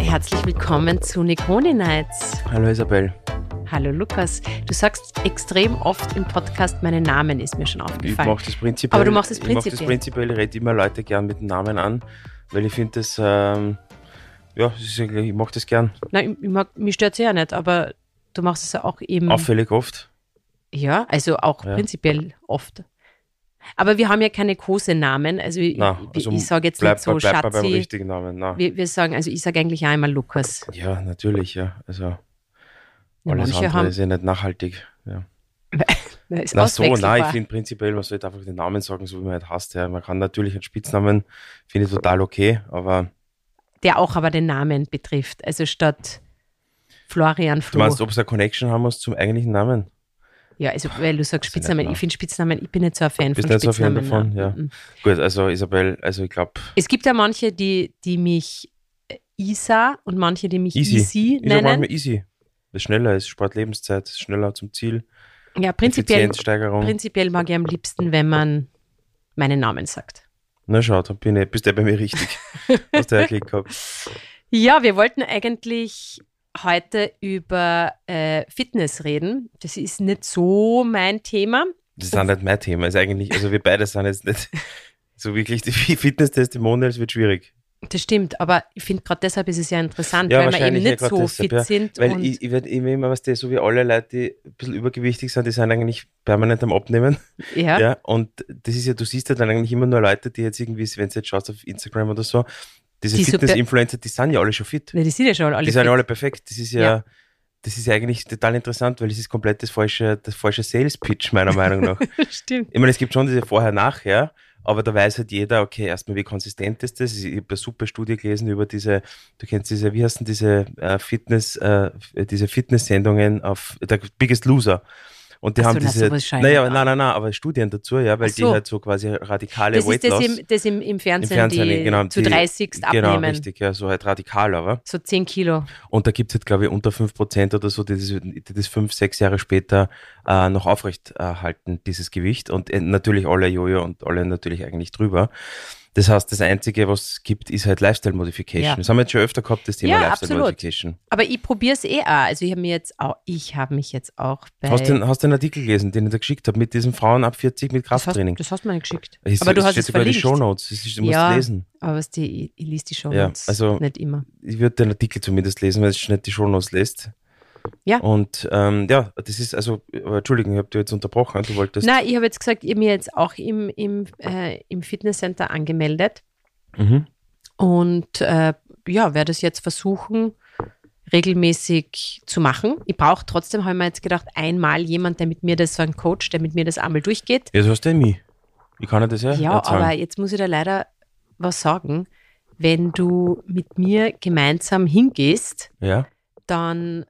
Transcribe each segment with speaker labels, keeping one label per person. Speaker 1: herzlich willkommen zu Nikoni Nights.
Speaker 2: Hallo Isabel.
Speaker 1: Hallo Lukas. Du sagst extrem oft im Podcast, meinen Namen ist mir schon
Speaker 2: Ich
Speaker 1: aufgefallen.
Speaker 2: mache das prinzipiell.
Speaker 1: Aber du machst das
Speaker 2: Ich mach das
Speaker 1: prinzipiell.
Speaker 2: prinzipiell, rede immer Leute gern mit dem Namen an, weil ich finde das, ähm, ja, das ist, ich mache das gern.
Speaker 1: Nein, ich, ich mag, mich stört es ja nicht, aber du machst es ja auch eben.
Speaker 2: Auffällig oft.
Speaker 1: Ja, also auch
Speaker 2: Ja.
Speaker 1: prinzipiell oft. Aber wir haben ja keine Kosenamen. Also ich,
Speaker 2: Na,
Speaker 1: ich-
Speaker 2: also
Speaker 1: ich sage jetzt
Speaker 2: Bleib,
Speaker 1: nicht so
Speaker 2: bei- bleib bei beim
Speaker 1: Schatzi.
Speaker 2: richtigen Namen. Na.
Speaker 1: Wir, wir sagen, also ich sage eigentlich auch immer Lukas.
Speaker 2: Ja, natürlich, ja. Also
Speaker 1: Ja,
Speaker 2: alles
Speaker 1: manche
Speaker 2: andere
Speaker 1: haben.
Speaker 2: ist ja nicht nachhaltig. Ja.
Speaker 1: Na, ist
Speaker 2: Na so, nein, ich
Speaker 1: auswechselbar.
Speaker 2: finde prinzipiell, man sollte einfach den Namen sagen, so wie man halt hasst. Ja. Man kann natürlich einen Spitznamen, finde ich total okay, aber
Speaker 1: der auch aber den Namen betrifft. Also statt Florian
Speaker 2: du
Speaker 1: Flo.
Speaker 2: meinst, ob es eine Connection haben muss zum eigentlichen Namen?
Speaker 1: ja, also weil du sagst
Speaker 2: Weiß ich nicht
Speaker 1: Spitznamen.
Speaker 2: genau.
Speaker 1: Ich finde Spitznamen, ich bin nicht so ein Fan
Speaker 2: Bist
Speaker 1: von
Speaker 2: nicht so ein Fan
Speaker 1: Spitznamen.
Speaker 2: davon,
Speaker 1: nein.
Speaker 2: ja.
Speaker 1: Mhm.
Speaker 2: Gut, also Isabel, also ich glaube,
Speaker 1: Es gibt ja manche, die, die mich äh, Isa und manche, die mich
Speaker 2: Isi.
Speaker 1: Isi
Speaker 2: ist auch
Speaker 1: nennen.
Speaker 2: manchmal easy. Das schneller ist, spart Lebenszeit, ist schneller zum Ziel,
Speaker 1: Ja, prinzipiell,
Speaker 2: Effizienzsteigerung.
Speaker 1: prinzipiell mag ich am liebsten, wenn man meinen Namen sagt.
Speaker 2: Na schau, da bin ich, bist du bei mir richtig. Hast du ja Glück gehabt.
Speaker 1: Ja, wir wollten eigentlich heute über äh, Fitness reden. Das ist nicht so mein Thema.
Speaker 2: Das ist auch nicht mein Thema. Ist eigentlich, also wir beide sind jetzt nicht so wirklich die Fitness-Testimonials wird schwierig.
Speaker 1: Das stimmt, aber ich finde gerade deshalb ist es ja interessant,
Speaker 2: Ja,
Speaker 1: weil wir eben
Speaker 2: wahrscheinlich ja
Speaker 1: nicht
Speaker 2: grad
Speaker 1: so
Speaker 2: deshalb,
Speaker 1: fit
Speaker 2: ja.
Speaker 1: sind.
Speaker 2: Weil
Speaker 1: und
Speaker 2: ich, ich werde immer, immer, was die, so wie alle Leute, die ein bisschen übergewichtig sind, die sind eigentlich permanent am Abnehmen.
Speaker 1: ja,
Speaker 2: Ja, und das ist ja, du siehst ja dann eigentlich immer nur Leute, die jetzt irgendwie, wenn du jetzt schaust auf Instagram oder so, diese
Speaker 1: Die so per-
Speaker 2: Fitness-Influencer, die sind ja alle schon fit.
Speaker 1: Na, die sind ja schon alle
Speaker 2: die sind
Speaker 1: fit.
Speaker 2: ja alle perfekt. Das ist ja,
Speaker 1: Ja.
Speaker 2: das ist ja eigentlich total interessant, weil es ist komplett das falsche, das falsche Sales-Pitch, meiner Meinung nach.
Speaker 1: Stimmt.
Speaker 2: Ich meine, es gibt schon diese Vorher-Nachher, aber da weiß halt jeder, okay, erstmal, wie konsistent ist das? Ich habe eine super Studie gelesen über diese, du kennst diese, wie heißen diese äh, Fitness, äh, diese Fitness-Sendungen auf der Biggest Loser. Und die
Speaker 1: Ach so,
Speaker 2: haben
Speaker 1: na,
Speaker 2: diese,
Speaker 1: sowas schau ich
Speaker 2: naja,
Speaker 1: nicht
Speaker 2: nein, nein, nein, aber Studien dazu, ja, weil
Speaker 1: Ach so.
Speaker 2: die halt so quasi radikale
Speaker 1: Das ist
Speaker 2: Weight
Speaker 1: das
Speaker 2: Loss
Speaker 1: im, das im, im Fernsehen, die zu
Speaker 2: genau, die-
Speaker 1: 30
Speaker 2: Genau,
Speaker 1: abnehmen.
Speaker 2: richtig, ja, so halt radikal, aber.
Speaker 1: So 10 Kilo.
Speaker 2: Und da gibt es halt, glaube ich, unter 5% oder so, die das, die das fünf, sechs Jahre später äh, noch aufrecht äh, halten, dieses Gewicht. Und äh, natürlich alle Jojo und alle natürlich eigentlich drüber. Das heißt, das Einzige, was es gibt, ist halt Lifestyle Modification.
Speaker 1: Ja.
Speaker 2: Das haben wir jetzt schon öfter gehabt, das Thema
Speaker 1: Ja,
Speaker 2: Lifestyle
Speaker 1: absolut.
Speaker 2: Modification.
Speaker 1: Aber ich probiere es eh auch. Also ich habe mir jetzt auch, ich habe mich jetzt auch bei.
Speaker 2: Hast du den, hast du den Artikel gelesen, den ich da geschickt habe, mit diesen Frauen ab 40 mit
Speaker 1: das, hast,
Speaker 2: Krafttraining?
Speaker 1: das hast du mir nicht geschickt.
Speaker 2: Es-
Speaker 1: aber du
Speaker 2: es
Speaker 1: hast
Speaker 2: steht
Speaker 1: es
Speaker 2: sogar in die
Speaker 1: verlinkt.
Speaker 2: Shownotes, das ist- du musst
Speaker 1: Ja.
Speaker 2: lesen.
Speaker 1: Aber was die, ich, ich lese die Show
Speaker 2: Ja,
Speaker 1: Notes
Speaker 2: also-
Speaker 1: nicht immer.
Speaker 2: ich würde den Artikel zumindest lesen, weil es schnell die Shownotes lässt.
Speaker 1: Ja.
Speaker 2: Und ähm, ja, das ist also, äh, Entschuldigung, ich habe dich jetzt unterbrochen. Du wolltest.
Speaker 1: Nein, ich habe jetzt gesagt, ich habe mir jetzt auch im, im, äh, im Fitnesscenter angemeldet
Speaker 2: Mhm.
Speaker 1: und äh, ja, werde es jetzt versuchen, regelmäßig zu machen. Ich brauche trotzdem, habe ich mir jetzt gedacht, einmal jemand, der mit mir das, so ein Coach, der mit mir das einmal durchgeht.
Speaker 2: Ja, so hast du mich. Ich kann dir das ja,
Speaker 1: Ja,
Speaker 2: erzählen.
Speaker 1: aber jetzt muss ich da leider was sagen. Wenn du mit mir gemeinsam hingehst,
Speaker 2: Ja,
Speaker 1: dann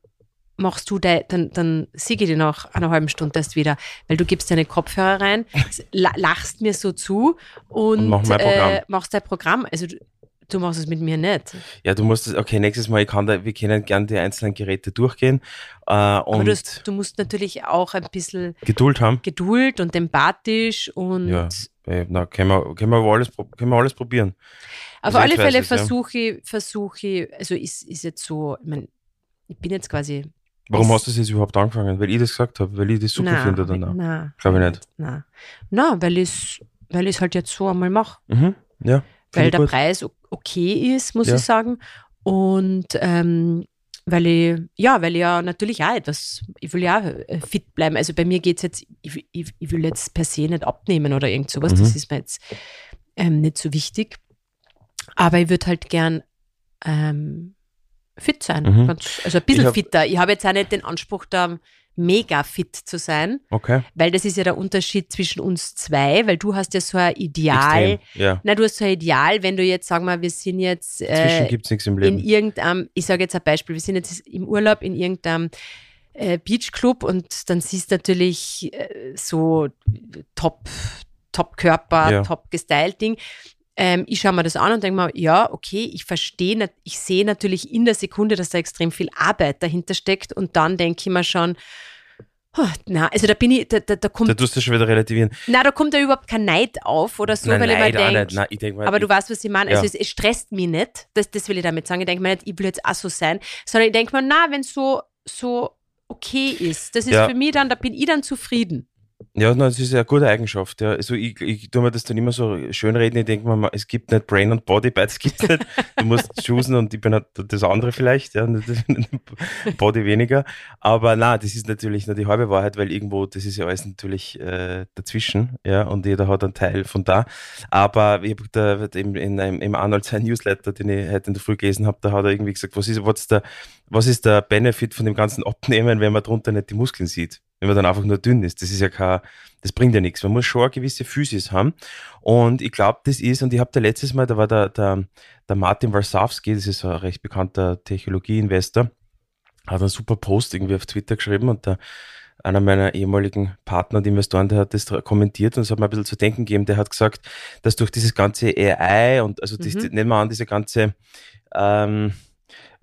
Speaker 1: machst du dein, dann, dann sehe ich dich nach einer halben Stunde erst wieder, weil du gibst deine Kopfhörer rein, s- la- lachst mir so zu und,
Speaker 2: Und mach mein
Speaker 1: äh,
Speaker 2: Programm.
Speaker 1: machst dein Programm. Also du, du machst es mit mir nicht.
Speaker 2: ja, du musst das, okay, nächstes Mal, ich kann da, wir können gerne die einzelnen Geräte durchgehen äh,
Speaker 1: Aber
Speaker 2: und
Speaker 1: du, hast, du musst natürlich auch ein bisschen
Speaker 2: Geduld haben.
Speaker 1: Geduld und empathisch und
Speaker 2: Ja, äh, na, können wir, können, wir aber alles, prob- können wir alles probieren.
Speaker 1: auf
Speaker 2: also ich
Speaker 1: alle
Speaker 2: weiß
Speaker 1: Fälle
Speaker 2: es, ja.
Speaker 1: versuche ich, versuche ich, also ist, ist jetzt so, ich meine, ich bin jetzt quasi
Speaker 2: Warum
Speaker 1: Das-
Speaker 2: hast du das jetzt überhaupt angefangen? Weil ich das gesagt habe, weil ich das super
Speaker 1: Nein,
Speaker 2: finde oder
Speaker 1: nein,
Speaker 2: nein?
Speaker 1: nein,
Speaker 2: Glaub ich nicht.
Speaker 1: Nein, nein weil ich es weil ich's halt jetzt so einmal mache.
Speaker 2: Mhm. Ja. find
Speaker 1: weil
Speaker 2: ich
Speaker 1: der
Speaker 2: gut.
Speaker 1: Preis o- okay ist, muss
Speaker 2: Ja.
Speaker 1: ich sagen. Und ähm, weil ich, ja, weil ich ja natürlich auch etwas, ich will ja auch, äh, fit bleiben. Also bei mir geht es jetzt, ich, will- ich, ich will jetzt per se nicht abnehmen oder irgend sowas,
Speaker 2: Mhm.
Speaker 1: das ist mir jetzt ähm, nicht so wichtig. Aber ich würde halt gern ähm, fit sein,
Speaker 2: Mhm.
Speaker 1: Ganz, also ein bisschen
Speaker 2: Ich hab-
Speaker 1: fitter. Ich habe jetzt auch nicht den Anspruch, da mega fit zu sein,
Speaker 2: Okay.
Speaker 1: weil das ist ja der Unterschied zwischen uns zwei, weil du hast ja so ein Ideal,
Speaker 2: Extrem. Ja.
Speaker 1: na, du hast so ein Ideal, wenn du jetzt, sag mal, wir sind jetzt
Speaker 2: Zwischen
Speaker 1: äh,
Speaker 2: gibt's nichts im
Speaker 1: in
Speaker 2: Leben.
Speaker 1: irgendeinem, ich sage jetzt ein Beispiel, wir sind jetzt im Urlaub in irgendeinem äh, Beachclub und dann siehst du natürlich äh, so Top, Top Körper,
Speaker 2: Ja.
Speaker 1: Top gestylt Ding. Ähm, ich schaue mir das an und denke mir, ja, okay, ich verstehe, nat- ich sehe natürlich in der Sekunde, dass da extrem viel Arbeit dahinter steckt und dann denke ich mir schon, Oh, na, also da bin ich, da, da, da kommt,
Speaker 2: Da tust du schon wieder relativieren.
Speaker 1: na, da kommt da überhaupt kein Neid auf oder so,
Speaker 2: nein,
Speaker 1: weil
Speaker 2: nein,
Speaker 1: ich mir
Speaker 2: auch
Speaker 1: denke,
Speaker 2: nicht. Nein, ich denk mal,
Speaker 1: Aber du
Speaker 2: ich-
Speaker 1: weißt, was ich meine. Also
Speaker 2: Ja.
Speaker 1: es, es stresst mich nicht. Das, das will ich damit sagen. Ich denke mir nicht, ich will jetzt auch so sein. Sondern ich denke mir, na, wenn so so okay ist, das ist
Speaker 2: Ja.
Speaker 1: für mich dann, da bin ich dann zufrieden.
Speaker 2: Ja, nein, das ist ja eine gute Eigenschaft. Ja. Also ich, ich tu mir das dann immer so schönreden. Ich denke mir, mal, es gibt nicht Brain und Body, beides gibt nicht. Du musst choosen und ich bin halt das andere vielleicht, ja, und das Body weniger. Aber na, das ist natürlich nur die halbe Wahrheit, weil irgendwo, das ist ja alles natürlich äh, dazwischen, ja, und jeder hat einen Teil von da. Aber ich hab da im, in einem, im Arnold sein Newsletter, den ich heute in der Früh gelesen habe, da hat er irgendwie gesagt, was ist, was ist, der, was ist der Benefit von dem ganzen Abnehmen, wenn man drunter nicht die Muskeln sieht? Wenn man dann einfach nur dünn ist. Das ist ja kein, das bringt ja nichts. Man muss schon eine gewisse Physis haben. Und ich glaube, das ist, und ich habe da letztes Mal, da war der, der, der Martin Warsawski, das ist so ein recht bekannter Technologieinvestor, hat einen super Post irgendwie auf Twitter geschrieben und da einer meiner ehemaligen Partner und Investoren, der hat das dra- kommentiert und es hat mir ein bisschen zu denken gegeben, der hat gesagt, dass durch dieses ganze AI und also das,
Speaker 1: Mhm.
Speaker 2: nehmen wir an, diese ganze ähm,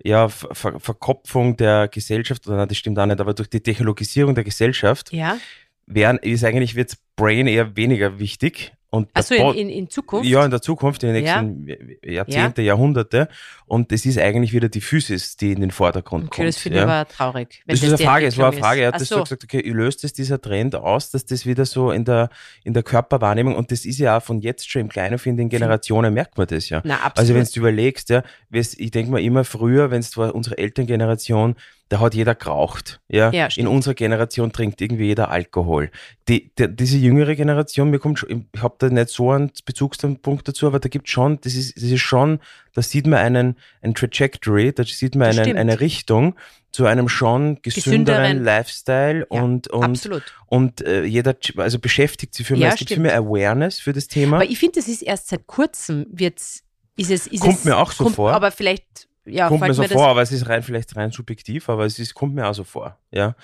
Speaker 2: ja, Ver Ver Verkopfung der Gesellschaft, oder nein, das stimmt auch nicht, aber durch die Technologisierung der Gesellschaft
Speaker 1: Ja.
Speaker 2: wären, ist eigentlich wird Brain eher weniger wichtig. Und der
Speaker 1: Also in,
Speaker 2: Bo-
Speaker 1: in, in Zukunft.
Speaker 2: ja, in der Zukunft, in den nächsten Jahrzehnte, Jahrhunderte. Und es ist eigentlich wieder die Physis, die in den Vordergrund
Speaker 1: okay,
Speaker 2: kommt.
Speaker 1: das finde ich
Speaker 2: ja.
Speaker 1: aber traurig. wenn
Speaker 2: das ist eine
Speaker 1: die
Speaker 2: Frage, es war eine
Speaker 1: Entwicklung
Speaker 2: Frage. Er
Speaker 1: Ach
Speaker 2: hat das so
Speaker 1: so.
Speaker 2: gesagt, okay, löst es dieser Trend aus, dass das wieder so in der, in der Körperwahrnehmung, und das ist ja auch von jetzt schon im Kleinen, von den Generationen merkt man das ja.
Speaker 1: Na, absolut.
Speaker 2: Also wenn du überlegst, ja, wes- ich denke mal immer früher, wenn es war unsere Elterngeneration, da hat jeder geraucht. Ja?
Speaker 1: Ja,
Speaker 2: In
Speaker 1: stimmt.
Speaker 2: unserer Generation trinkt irgendwie jeder Alkohol. Die, der- diese jüngere Generation, mir kommt schon, ich habe da nicht so einen Bezugspunkt dazu, aber da gibt schon, das ist, das ist schon, da sieht man einen, einen Trajectory, da sieht man
Speaker 1: Das
Speaker 2: einen,
Speaker 1: stimmt.
Speaker 2: eine Richtung zu einem schon gesünderen,
Speaker 1: Gesünderen.
Speaker 2: Lifestyle
Speaker 1: Ja,
Speaker 2: und, und,
Speaker 1: absolut.
Speaker 2: und äh, jeder ch- also beschäftigt sich viel
Speaker 1: Ja,
Speaker 2: mehr, es gibt viel
Speaker 1: stimmt.
Speaker 2: mehr Awareness für das Thema.
Speaker 1: Aber ich finde, das ist erst seit kurzem wird's, ist es, ist
Speaker 2: Kommt
Speaker 1: es,
Speaker 2: mir auch so vor.
Speaker 1: Aber vielleicht, ja,
Speaker 2: kommt mir
Speaker 1: fällt
Speaker 2: so
Speaker 1: mir das
Speaker 2: vor, aber es ist rein vielleicht rein subjektiv, aber es ist, kommt mir auch so vor, ja.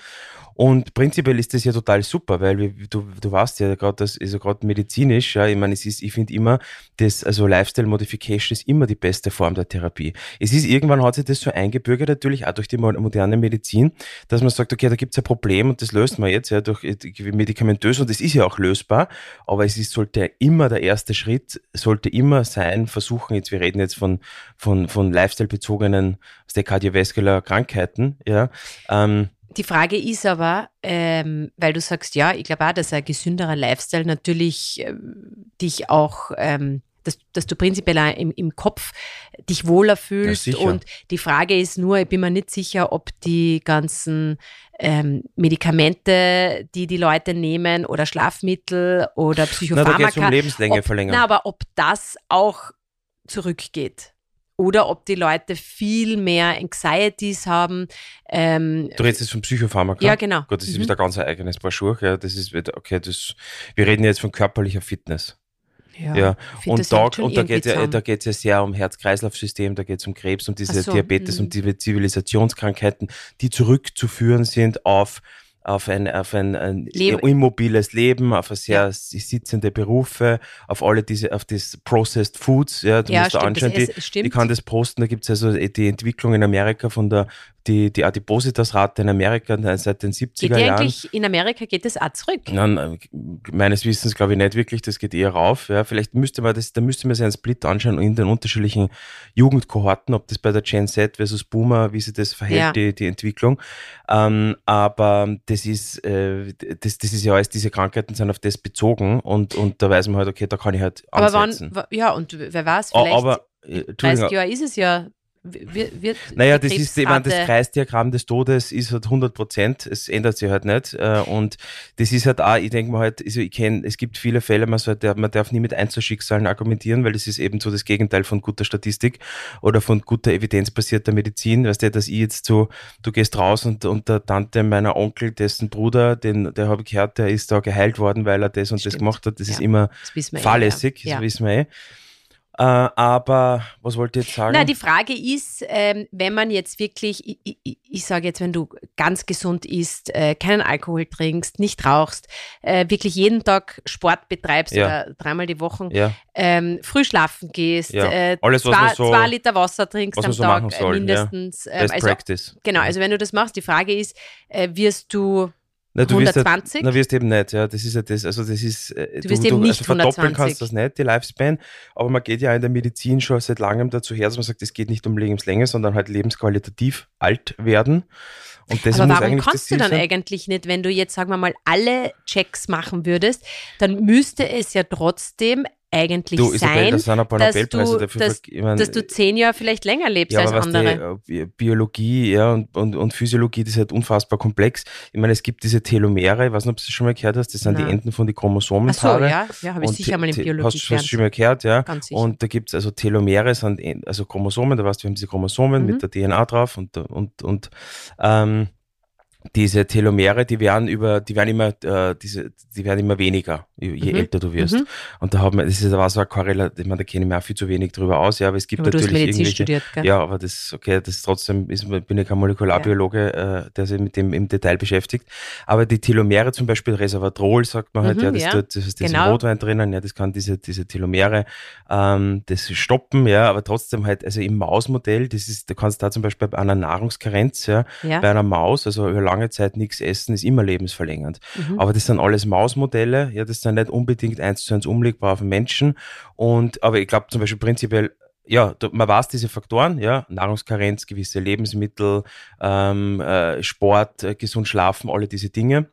Speaker 2: Und prinzipiell ist das ja total super, weil wir, du, du weißt ja gerade, das ist ja gerade medizinisch, ja, ich meine, es ist, ich finde immer, das, also Lifestyle Modification ist immer die beste Form der Therapie. Es ist, irgendwann hat sich das so eingebürgert, natürlich auch durch die mo- moderne Medizin, dass man sagt, okay, da gibt es ein Problem und das löst man jetzt, ja, durch äh, medikamentös und das ist ja auch lösbar, aber es ist, sollte immer der erste Schritt, sollte immer sein, versuchen, jetzt, wir reden jetzt von, von, von Lifestyle-bezogenen, aus der kardiovaskular Krankheiten, ja, ähm,
Speaker 1: Die Frage ist aber, ähm, weil du sagst, ja, ich glaube auch, dass ein gesünderer Lifestyle natürlich ähm, dich auch, ähm, dass, dass du prinzipiell auch im, im Kopf dich wohler fühlst.
Speaker 2: sicher.
Speaker 1: und die Frage ist nur, ich bin mir nicht sicher, ob die ganzen ähm, Medikamente, die die Leute nehmen oder Schlafmittel oder
Speaker 2: na, da
Speaker 1: Psychopharmaka,
Speaker 2: geht es um Lebenslänge
Speaker 1: ob,
Speaker 2: verlängern.
Speaker 1: Na, aber ob das auch zurückgeht. Oder ob die Leute viel mehr Anxieties haben, ähm,
Speaker 2: du redest jetzt von Psychopharmaka?
Speaker 1: ja, genau.
Speaker 2: Gut, das ist
Speaker 1: Mhm.
Speaker 2: wieder ganz ein eigenes Paar Schuhe, ja, das ist, wieder- okay, das, wir reden jetzt von körperlicher Fitness.
Speaker 1: Ja.
Speaker 2: Ja,
Speaker 1: find, das
Speaker 2: und da,
Speaker 1: hängt schon
Speaker 2: und da
Speaker 1: irgendwie
Speaker 2: geht es ja, äh,
Speaker 1: zusammen.
Speaker 2: da geht's ja sehr um Herz-Kreislauf-System, da geht es um Krebs, um diese
Speaker 1: Ach so,
Speaker 2: Diabetes,
Speaker 1: mhm.
Speaker 2: um diese Zivilisationskrankheiten, die zurückzuführen sind auf, auf ein, auf ein, ein
Speaker 1: Leben.
Speaker 2: immobiles Leben, auf eine sehr
Speaker 1: Ja.
Speaker 2: sitzende Berufe, auf alle diese, auf das Processed Foods, ja, du
Speaker 1: ja,
Speaker 2: musst da
Speaker 1: stimmt, das
Speaker 2: anschauen, die,
Speaker 1: es- stimmt.
Speaker 2: ich kann das posten, da gibt es also die Entwicklung in Amerika von der, die, die Adipositasrate in Amerika seit den 70er
Speaker 1: geht die
Speaker 2: Jahren.
Speaker 1: eigentlich, in Amerika geht das auch zurück.
Speaker 2: Nein, ähm, meines Wissens glaube ich nicht wirklich, das geht eher rauf. Ja. Vielleicht müsste man das, da müsste man sich einen Split anschauen in den unterschiedlichen Jugendkohorten, ob das bei der Gen Z versus Boomer, wie sich das verhält,
Speaker 1: Ja.
Speaker 2: die, die Entwicklung. Ähm, aber das ist, äh, das, das ist ja alles, diese Krankheiten sind auf das bezogen und, und da weiß man halt, okay, da kann ich halt
Speaker 1: Aber wann,
Speaker 2: ansetzen.
Speaker 1: wa- ja, und wer weiß,
Speaker 2: A-
Speaker 1: vielleicht
Speaker 2: aber, äh,
Speaker 1: 30
Speaker 2: Entschuldigung,
Speaker 1: Jahre ist es ja, wird, wird
Speaker 2: naja,
Speaker 1: die
Speaker 2: das ist, ich meine, das
Speaker 1: Krebsrate-
Speaker 2: Kreisdiagramm des Todes ist halt 100 Prozent, es ändert sich halt nicht. äh, Und das ist halt auch, ich denke mal halt, also ich kenne, es gibt viele Fälle, man, soll, man darf nie mit Einzelschicksalen argumentieren, weil das ist eben so das Gegenteil von guter Statistik oder von guter evidenzbasierter Medizin. Weißt du, dass ich jetzt so, du gehst raus und, und der Tante meiner Onkel, dessen Bruder, den, der habe ich gehört, der ist da geheilt worden, weil er das und das
Speaker 1: Stimmt.
Speaker 2: gemacht hat. Das ist
Speaker 1: Ja.
Speaker 2: immer
Speaker 1: das wissen wir eh,
Speaker 2: fahrlässig,
Speaker 1: Ja.
Speaker 2: das
Speaker 1: Ja.
Speaker 2: wissen wir eh. Äh, aber was wollte ich jetzt sagen?
Speaker 1: Na, die Frage ist, ähm, wenn man jetzt wirklich, ich, ich- ich, ich sage jetzt, wenn du ganz gesund isst, äh, keinen Alkohol trinkst, nicht rauchst, äh, wirklich jeden Tag Sport betreibst
Speaker 2: Ja.
Speaker 1: oder dreimal die Woche,
Speaker 2: ja.
Speaker 1: ähm, früh schlafen gehst,
Speaker 2: Ja.
Speaker 1: äh,
Speaker 2: Alles, was
Speaker 1: zwei,
Speaker 2: man so-
Speaker 1: zwei Liter Wasser trinkst
Speaker 2: was
Speaker 1: am
Speaker 2: man so machen
Speaker 1: Tag äh,
Speaker 2: soll, ja.
Speaker 1: mindestens. ähm,
Speaker 2: Best
Speaker 1: also,
Speaker 2: Practice. Mhm.
Speaker 1: genau, also wenn du das machst, die Frage ist, äh, wirst du
Speaker 2: Na, du wirst, ja,
Speaker 1: 120?
Speaker 2: na, wirst eben nicht, ja. Das ist ja das, also das ist, äh,
Speaker 1: Du wirst eben nicht
Speaker 2: also verdoppeln
Speaker 1: 120.
Speaker 2: kannst du das nicht, die Lifespan. Aber man geht ja in der Medizin schon seit langem dazu her, dass man sagt, es geht nicht um Lebenslänge, sondern halt lebensqualitativ alt werden. Und das
Speaker 1: Aber
Speaker 2: muss
Speaker 1: warum
Speaker 2: eigentlich das
Speaker 1: kannst du
Speaker 2: Ziel
Speaker 1: dann
Speaker 2: sein.
Speaker 1: eigentlich nicht, wenn du jetzt, sagen wir mal, alle Checks machen würdest, dann müsste es ja trotzdem eigentlich
Speaker 2: Du, Isabel,
Speaker 1: sein,
Speaker 2: das sind ein paar
Speaker 1: dass
Speaker 2: Nobelpreise
Speaker 1: du-
Speaker 2: dafür.
Speaker 1: dass-
Speaker 2: verg- ich mein,
Speaker 1: dass du zehn Jahre vielleicht länger lebst als
Speaker 2: was
Speaker 1: andere.
Speaker 2: Die, äh, Bi- Biologie ja, und, und, und Physiologie, das ist halt unfassbar komplex. Ich meine, es gibt diese Telomere, ich weiß nicht, ob du das schon mal gehört hast, das sind die
Speaker 1: Nein.
Speaker 2: Enden von den Chromosomen.
Speaker 1: Ach so, ja, ja habe ich sicher mal in Biologie
Speaker 2: Hast du schon
Speaker 1: gelernt.
Speaker 2: mal gehört, ja.
Speaker 1: Ganz sicher.
Speaker 2: Und da gibt es also Telomere, sind en- also Chromosomen, da weißt du, wir haben diese Chromosomen
Speaker 1: Mhm.
Speaker 2: mit der DNA drauf und, und, und ähm, diese Telomere, die werden über, die werden immer, äh, diese, die werden immer weniger, je je
Speaker 1: Mhm.
Speaker 2: älter du wirst.
Speaker 1: Mhm.
Speaker 2: Und da haben wir, das ist aber so eine Korrelation, ich meine, da kenne ich mir auch viel zu wenig drüber aus, ja, aber es gibt
Speaker 1: Aber du hast
Speaker 2: natürlich
Speaker 1: Medizin
Speaker 2: irgendwelche,
Speaker 1: studiert, gell?
Speaker 2: ja, aber das, okay, das trotzdem ist, bin ich kein Molekularbiologe, äh, der sich mit dem im Detail beschäftigt. Aber die Telomere zum Beispiel, Reservatrol, sagt man halt,
Speaker 1: Mhm,
Speaker 2: ja, das,
Speaker 1: ja.
Speaker 2: Tut, das ist das
Speaker 1: Genau.
Speaker 2: Rotwein drinnen, ja, das kann diese, diese Telomere, ähm, das stoppen, ja, aber trotzdem halt, also im Mausmodell, das ist, da kannst du da zum Beispiel bei einer Nahrungskarenz, ja,
Speaker 1: Ja.
Speaker 2: bei einer Maus, also über lange Zeit nichts essen, ist immer lebensverlängernd.
Speaker 1: Mhm.
Speaker 2: Aber das sind alles Mausmodelle, ja, das sind nicht unbedingt eins zu eins umlegbar auf den Menschen. Und, aber ich glaube zum Beispiel prinzipiell, ja, da- man weiß diese Faktoren, ja, Nahrungskarenz, gewisse Lebensmittel, ähm, äh, Sport, äh, gesund schlafen, alle diese Dinge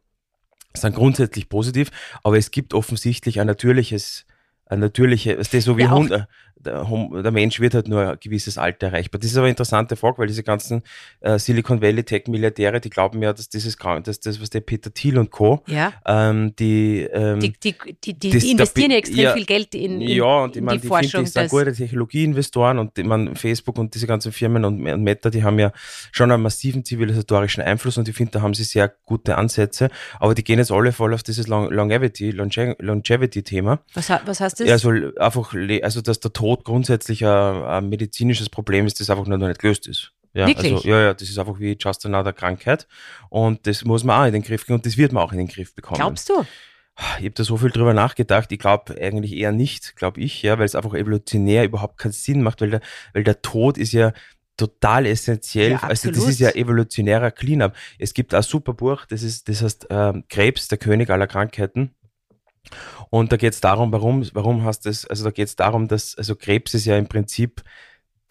Speaker 2: sind grundsätzlich positiv, aber es gibt offensichtlich ein natürliches, ein natürliche, weißt du, so wie
Speaker 1: Ja, auch-
Speaker 2: Hunde, der, Hum- der Mensch wird halt nur ein gewisses Alter erreichbar. Das ist aber eine interessante Frage, weil diese ganzen äh, Silicon Valley Tech Milliardäre, die glauben ja, dass dieses Krank- dass das, was der Peter Thiel und Co.,
Speaker 1: ja.
Speaker 2: ähm, die, ähm,
Speaker 1: Die, die, die, die
Speaker 2: Das- da
Speaker 1: investieren
Speaker 2: bin-
Speaker 1: ja extrem
Speaker 2: ja.
Speaker 1: viel Geld in, in,
Speaker 2: ja, und ich
Speaker 1: in
Speaker 2: meine,
Speaker 1: die
Speaker 2: die,
Speaker 1: Forschung.
Speaker 2: finden, das sind gute Technologieinvestoren und ich meine, Facebook und diese ganzen Firmen und und Meta, die haben ja schon einen massiven zivilisatorischen Einfluss und ich finde, da haben sie sehr gute Ansätze, aber die gehen jetzt alle voll auf dieses Long- Longevity, Longe- Longevity-Thema.
Speaker 1: was, ha- was heißt das?
Speaker 2: Ja, also einfach, le- also dass der Tod grundsätzlich ein, ein medizinisches Problem ist, das einfach nur noch nicht gelöst ist. Ja,
Speaker 1: Wirklich?
Speaker 2: Also, ja, ja, das ist einfach wie just another Krankheit und das muss man auch in den Griff kriegen und das wird man auch in den Griff bekommen.
Speaker 1: Glaubst du?
Speaker 2: Ich habe da so viel drüber nachgedacht. Ich glaube eigentlich eher nicht, glaube ich, ja, weil es einfach evolutionär überhaupt keinen Sinn macht, weil der, weil der Tod ist ja total essentiell.
Speaker 1: Ja,
Speaker 2: also das
Speaker 1: absolut.
Speaker 2: ist ja evolutionärer Cleanup. Es gibt ein super Buch, das ist, das heißt ähm, Krebs, der König aller Krankheiten. Und da geht es darum, warum, warum hast das, also da geht es darum, dass, also Krebs ist ja im Prinzip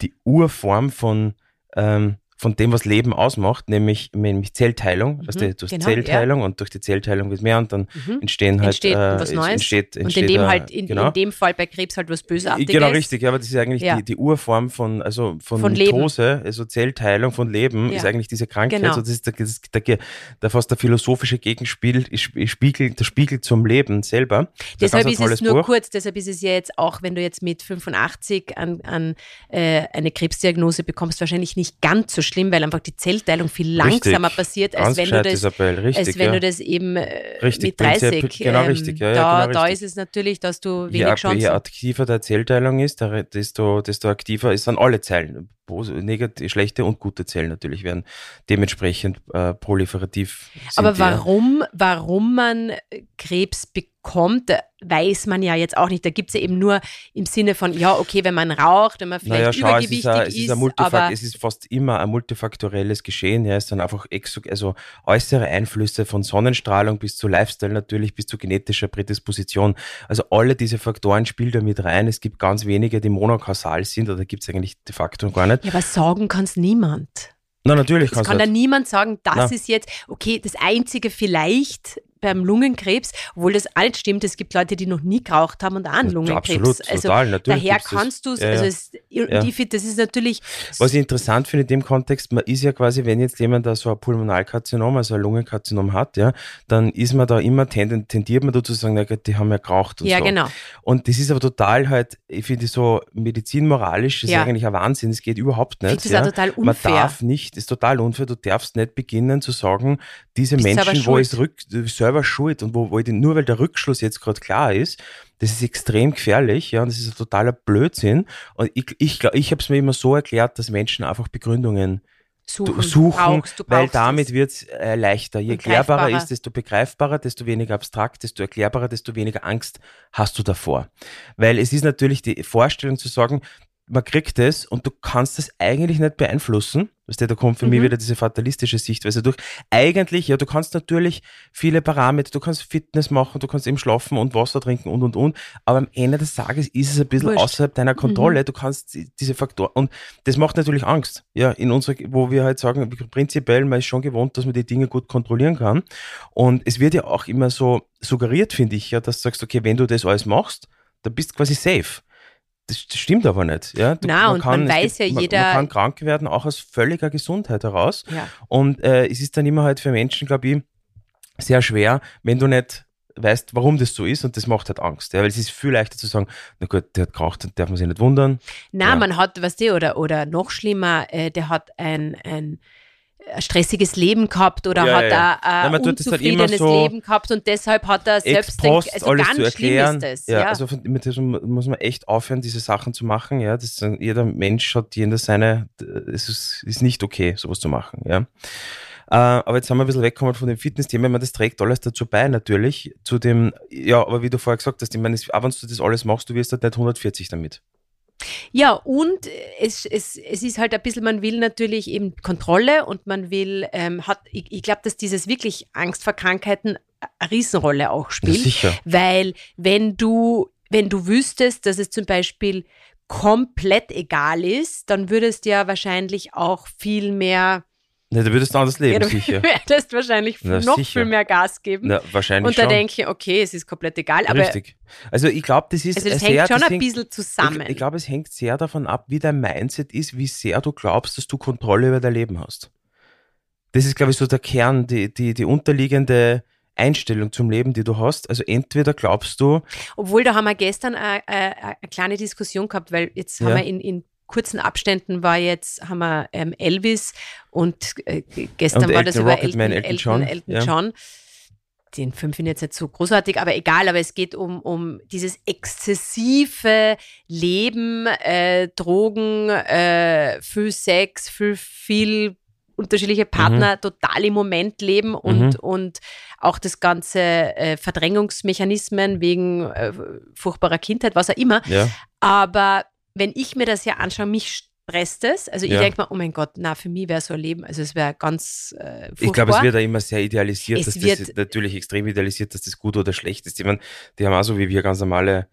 Speaker 2: die Urform von, ähm, von dem, was Leben ausmacht, nämlich, nämlich Zellteilung. Also
Speaker 1: Mhm,
Speaker 2: du hast
Speaker 1: genau, ja.
Speaker 2: Zellteilung und durch die Zellteilung wird mehr und dann
Speaker 1: Mhm.
Speaker 2: entstehen halt
Speaker 1: Entsteht
Speaker 2: äh,
Speaker 1: was
Speaker 2: es
Speaker 1: Neues.
Speaker 2: Entsteht,
Speaker 1: Und
Speaker 2: entsteht
Speaker 1: in dem
Speaker 2: äh,
Speaker 1: halt, in,
Speaker 2: genau,
Speaker 1: in dem Fall bei Krebs halt was Bösartiges.
Speaker 2: genau richtig, ja, aber das ist eigentlich
Speaker 1: Ja.
Speaker 2: die, die Urform von also von,
Speaker 1: Von Leben.
Speaker 2: Mitose, also Zellteilung von Leben
Speaker 1: Ja.
Speaker 2: ist eigentlich diese Krankheit.
Speaker 1: Genau.
Speaker 2: So, das ist der, das ist der, der fast der philosophische Gegenspiel, ist- ist Spiegel, der Spiegel zum Leben selber. Das
Speaker 1: Deshalb
Speaker 2: ein
Speaker 1: ist es
Speaker 2: tolles
Speaker 1: nur
Speaker 2: Buch.
Speaker 1: kurz, deshalb ist es ja jetzt auch, wenn du jetzt mit 85 an, an äh, eine Krebsdiagnose bekommst, wahrscheinlich nicht ganz so schlimm, weil einfach die Zellteilung viel
Speaker 2: Richtig.
Speaker 1: langsamer passiert, als
Speaker 2: Ganz
Speaker 1: wenn du
Speaker 2: gescheit,
Speaker 1: das,
Speaker 2: Isabel, richtig.
Speaker 1: als wenn
Speaker 2: ja.
Speaker 1: du das eben äh,
Speaker 2: Richtig,
Speaker 1: mit 30.
Speaker 2: prinzipiell, genau richtig, ja, ja,
Speaker 1: da,
Speaker 2: genau
Speaker 1: da
Speaker 2: richtig.
Speaker 1: ist es natürlich, dass du wenig
Speaker 2: Je, ab-
Speaker 1: Chancen
Speaker 2: je aktiver der Zellteilung ist, der- desto, desto aktiver ist dann alle Zellen. Negative, schlechte und gute Zellen natürlich werden dementsprechend äh, proliferativ. sind
Speaker 1: Aber
Speaker 2: die, ja.
Speaker 1: warum, warum man Krebs bekommt, da weiß man ja jetzt auch nicht. Da gibt es ja eben nur im Sinne von, ja, okay, wenn man raucht, wenn man vielleicht
Speaker 2: es
Speaker 1: übergewichtig
Speaker 2: ist, ein, es, ist ein Multifac-
Speaker 1: aber
Speaker 2: es ist fast immer ein multifaktorielles Geschehen. Ja, es sind einfach exo also äußere Einflüsse von Sonnenstrahlung bis zu Lifestyle natürlich, bis zu genetischer Prädisposition. Also alle diese Faktoren spielen da mit rein. Es gibt ganz wenige, die monokausal sind, oder gibt es eigentlich de facto gar nicht.
Speaker 1: ja, aber sagen kann es niemand.
Speaker 2: Na, natürlich
Speaker 1: Es
Speaker 2: kannst
Speaker 1: kann
Speaker 2: du
Speaker 1: da niemand sagen, das
Speaker 2: Nein.
Speaker 1: ist jetzt, okay, das Einzige vielleicht beim Lungenkrebs, obwohl das auch nicht stimmt, es gibt Leute, die noch nie geraucht haben und auch einen Lungenkrebs.
Speaker 2: Absolut,
Speaker 1: also
Speaker 2: total, natürlich.
Speaker 1: daher
Speaker 2: gibt's das.
Speaker 1: kannst du es,
Speaker 2: Ja, ja.
Speaker 1: also es, und ich find, das ist natürlich,
Speaker 2: Was ich interessant finde in dem Kontext, man ist ja quasi, wenn jetzt jemand da so ein Pulmonalkarzinom, also ein Lungenkarzinom hat, ja, dann ist man da immer tenden- tendiert man dazu zu sagen, na gut, die haben ja geraucht und
Speaker 1: ja
Speaker 2: so.
Speaker 1: genau.
Speaker 2: Und das ist aber total halt, ich finde so medizinmoralisch, das
Speaker 1: Ja.
Speaker 2: ist eigentlich ein Wahnsinn, es geht überhaupt
Speaker 1: Ich finde
Speaker 2: nicht.
Speaker 1: das
Speaker 2: ja.
Speaker 1: auch total
Speaker 2: Man
Speaker 1: unfair.
Speaker 2: darf nicht, ist total unfair, du darfst nicht beginnen zu sagen, diese
Speaker 1: Bist
Speaker 2: Menschen,
Speaker 1: selber
Speaker 2: wo
Speaker 1: schuld.
Speaker 2: es rück, selber schuld und wo, wo ich den, nur weil der Rückschluss jetzt gerade klar ist, das ist extrem gefährlich, ja, und das ist ein totaler Blödsinn. Und ich, ich, glaub- ich habe es mir immer so erklärt, dass Menschen einfach Begründungen
Speaker 1: Suchen,
Speaker 2: du- suchen,
Speaker 1: brauchst, du
Speaker 2: weil
Speaker 1: brauchst
Speaker 2: damit
Speaker 1: es.
Speaker 2: wird es äh, leichter. Je
Speaker 1: Und
Speaker 2: klärbarer
Speaker 1: greifbarer.
Speaker 2: ist, desto begreifbarer, desto weniger abstrakt, desto erklärbarer, desto weniger Angst hast du davor. Weil es ist natürlich die Vorstellung zu sagen, man kriegt es und du kannst es eigentlich nicht beeinflussen. Weißt du, da kommt für
Speaker 1: Mhm.
Speaker 2: mich wieder diese fatalistische Sichtweise durch. Eigentlich, ja, du kannst natürlich viele Parameter, du kannst Fitness machen, du kannst eben schlafen und Wasser trinken und und und, aber am Ende des Tages ist es ein bisschen
Speaker 1: Wurscht.
Speaker 2: außerhalb deiner
Speaker 1: Mhm.
Speaker 2: Kontrolle. Du kannst die- diese Faktoren und das macht natürlich Angst. Ja, in unserer, wo wir halt sagen, prinzipiell, man ist schon gewohnt, dass man die Dinge gut kontrollieren kann. Und es wird ja auch immer so suggeriert, finde ich, ja, dass du sagst, okay, wenn du das alles machst, dann bist du quasi safe. Das, das stimmt aber nicht. Ja? Du,
Speaker 1: Na, und man
Speaker 2: es
Speaker 1: weiß ja
Speaker 2: man,
Speaker 1: jeder-
Speaker 2: Man kann krank werden, auch aus völliger Gesundheit heraus.
Speaker 1: Ja.
Speaker 2: Und äh, es ist dann immer halt für Menschen, glaube ich, sehr schwer, wenn du nicht weißt, warum das so ist und das macht halt Angst. Ja? Weil es ist viel leichter zu sagen, na gut, der hat geraucht, dann darf man sich nicht wundern.
Speaker 1: Na,
Speaker 2: Ja.
Speaker 1: man hat, weißt du, oder, oder noch schlimmer, äh, der hat ein, ein stressiges Leben gehabt oder
Speaker 2: Ja,
Speaker 1: hat
Speaker 2: ja, ja.
Speaker 1: ein
Speaker 2: Nein,
Speaker 1: äh,
Speaker 2: man tut das halt immer
Speaker 1: unzufriedenes
Speaker 2: so
Speaker 1: Leben gehabt und deshalb hat er
Speaker 2: ex
Speaker 1: selbst den,
Speaker 2: post
Speaker 1: also
Speaker 2: alles zu
Speaker 1: ganz schlimm
Speaker 2: erklären.
Speaker 1: ist das.
Speaker 2: ja,
Speaker 1: Ja,
Speaker 2: also von- mit diesem muss man echt aufhören, diese Sachen zu machen. Ja, das, ist- jeder Mensch hat jeder seine. Es ist, ist nicht okay, sowas zu machen. Ja. Äh, aber jetzt haben wir ein bisschen weggekommen von dem Fitness-Thema. Ich meine, das trägt alles dazu bei, natürlich. Zu dem, ja, aber wie du vorher gesagt hast, ich meine, es- auch wenn du das alles machst, du wirst halt nicht 140 damit.
Speaker 1: ja und es, es, es ist halt ein bisschen, man will natürlich eben Kontrolle und man will, ähm, hat, ich, ich glaube, dass dieses wirklich Angst vor Krankheiten eine Riesenrolle auch
Speaker 2: Ja,
Speaker 1: spielt.
Speaker 2: sicher.
Speaker 1: Weil wenn du, wenn du wüsstest, dass es zum Beispiel komplett egal ist, dann würdest du ja wahrscheinlich auch viel mehr,
Speaker 2: Ja, da würdest du anders
Speaker 1: ja,
Speaker 2: leben,
Speaker 1: du
Speaker 2: sicher.
Speaker 1: würdest wahrscheinlich
Speaker 2: Na,
Speaker 1: noch
Speaker 2: sicher.
Speaker 1: viel mehr Gas geben.
Speaker 2: Na, wahrscheinlich
Speaker 1: und da
Speaker 2: schon.
Speaker 1: denke ich, okay, es ist komplett egal, aber
Speaker 2: Richtig. Also ich glaube, das ist
Speaker 1: also das
Speaker 2: sehr,
Speaker 1: hängt schon
Speaker 2: das
Speaker 1: ein bisschen zusammen.
Speaker 2: Ich, ich glaube, es hängt sehr davon ab, wie dein Mindset ist, wie sehr du glaubst, dass du Kontrolle über dein Leben hast. Das ist, glaube ich, so der Kern, die, die, die unterliegende Einstellung zum Leben, die du hast. Also entweder glaubst du,
Speaker 1: Obwohl, da haben wir gestern eine, eine kleine Diskussion gehabt, weil jetzt haben
Speaker 2: Ja.
Speaker 1: wir in, in kurzen Abständen war jetzt, haben wir ähm, Elvis und äh, g- gestern
Speaker 2: Und
Speaker 1: war das
Speaker 2: Elton
Speaker 1: über Elton,
Speaker 2: Rocketman,
Speaker 1: Elton,
Speaker 2: Elton John,
Speaker 1: Elton
Speaker 2: ja.
Speaker 1: John. Den fünf finde ich jetzt nicht so großartig, aber egal, aber es geht um, um dieses exzessive Leben, äh, Drogen, äh, viel Sex, viel, viel unterschiedliche
Speaker 2: Mhm.
Speaker 1: Partner total im Moment leben und, und auch das ganze äh, Verdrängungsmechanismen wegen äh, furchtbarer Kindheit, was auch immer.
Speaker 2: ja,
Speaker 1: Aber wenn ich mir das ja anschaue, mich stresst es. Also ich
Speaker 2: Ja.
Speaker 1: denke mir, oh mein Gott, na, für mich wäre so ein Leben, also es wäre ganz äh, furchtbar.
Speaker 2: ich glaube, es wird da immer sehr idealisiert,
Speaker 1: Es
Speaker 2: dass das
Speaker 1: wird-
Speaker 2: ist natürlich extrem idealisiert, dass das gut oder schlecht ist. Ich meine, die haben auch so wie wir ganz normale,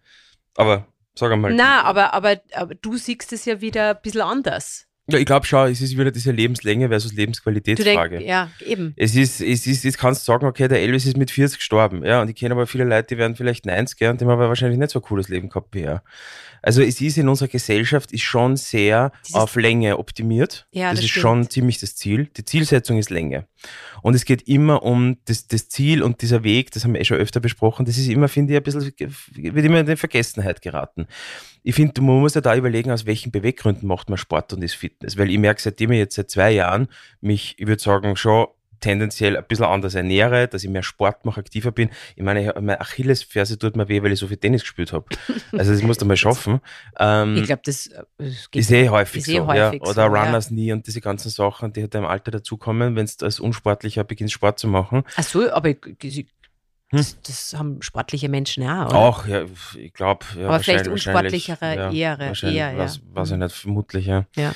Speaker 2: aber sag einmal.
Speaker 1: na, aber, aber, aber du siehst es ja wieder ein bisschen anders.
Speaker 2: Ja, ich glaube, schau, es ist wieder diese Lebenslänge versus
Speaker 1: Du
Speaker 2: Lebensqualitätsfrage.
Speaker 1: denkst, ja, eben.
Speaker 2: Es ist, es ist, jetzt kannst du sagen, okay, der Elvis ist mit 40 gestorben, ja, und ich kenne aber viele Leute, die werden vielleicht 90er und die haben aber wahrscheinlich nicht so ein cooles Leben gehabt wie er. Also es ist in unserer Gesellschaft ist schon sehr
Speaker 1: Dieses-
Speaker 2: auf Länge optimiert.
Speaker 1: Ja,
Speaker 2: das,
Speaker 1: das
Speaker 2: ist
Speaker 1: stimmt.
Speaker 2: schon ziemlich das Ziel. Die Zielsetzung ist Länge. Und es geht immer um das, das Ziel und dieser Weg, das haben wir eh schon öfter besprochen, das ist immer, finde ich, ein bisschen, wird immer in die Vergessenheit geraten. Ich finde, man muss ja da überlegen, aus welchen Beweggründen macht man Sport und ist Fitness. Weil ich merke, seitdem ich jetzt seit zwei Jahren mich, ich würde sagen, schon tendenziell ein bisschen anders ernähre, dass ich mehr Sport mache, aktiver bin. Ich meine, ich, meine Achillesferse tut mir weh, weil ich so viel Tennis gespielt habe. Also das musst du mal schaffen. Ähm,
Speaker 1: Ich glaube, das, äh, das geht
Speaker 2: ist eh häufig
Speaker 1: Ist eh
Speaker 2: so.
Speaker 1: häufig
Speaker 2: ja.
Speaker 1: so,
Speaker 2: Oder
Speaker 1: ja.
Speaker 2: Runners Knee und diese ganzen Sachen, die halt im Alter dazukommen, wenn du als Unsportlicher beginnst, Sport zu machen.
Speaker 1: Ach so, aber ich- ich- das, das haben sportliche Menschen ja auch. oder?
Speaker 2: Hm. Auch, ja, ich glaube. Ja,
Speaker 1: Aber vielleicht
Speaker 2: wahrscheinlich-
Speaker 1: unsportlichere,
Speaker 2: wahrscheinlich,
Speaker 1: ehre-
Speaker 2: Wahrscheinlich,
Speaker 1: eher, ja.
Speaker 2: was, was ich
Speaker 1: Mhm.
Speaker 2: nicht, vermutlich, ja.
Speaker 1: Ja.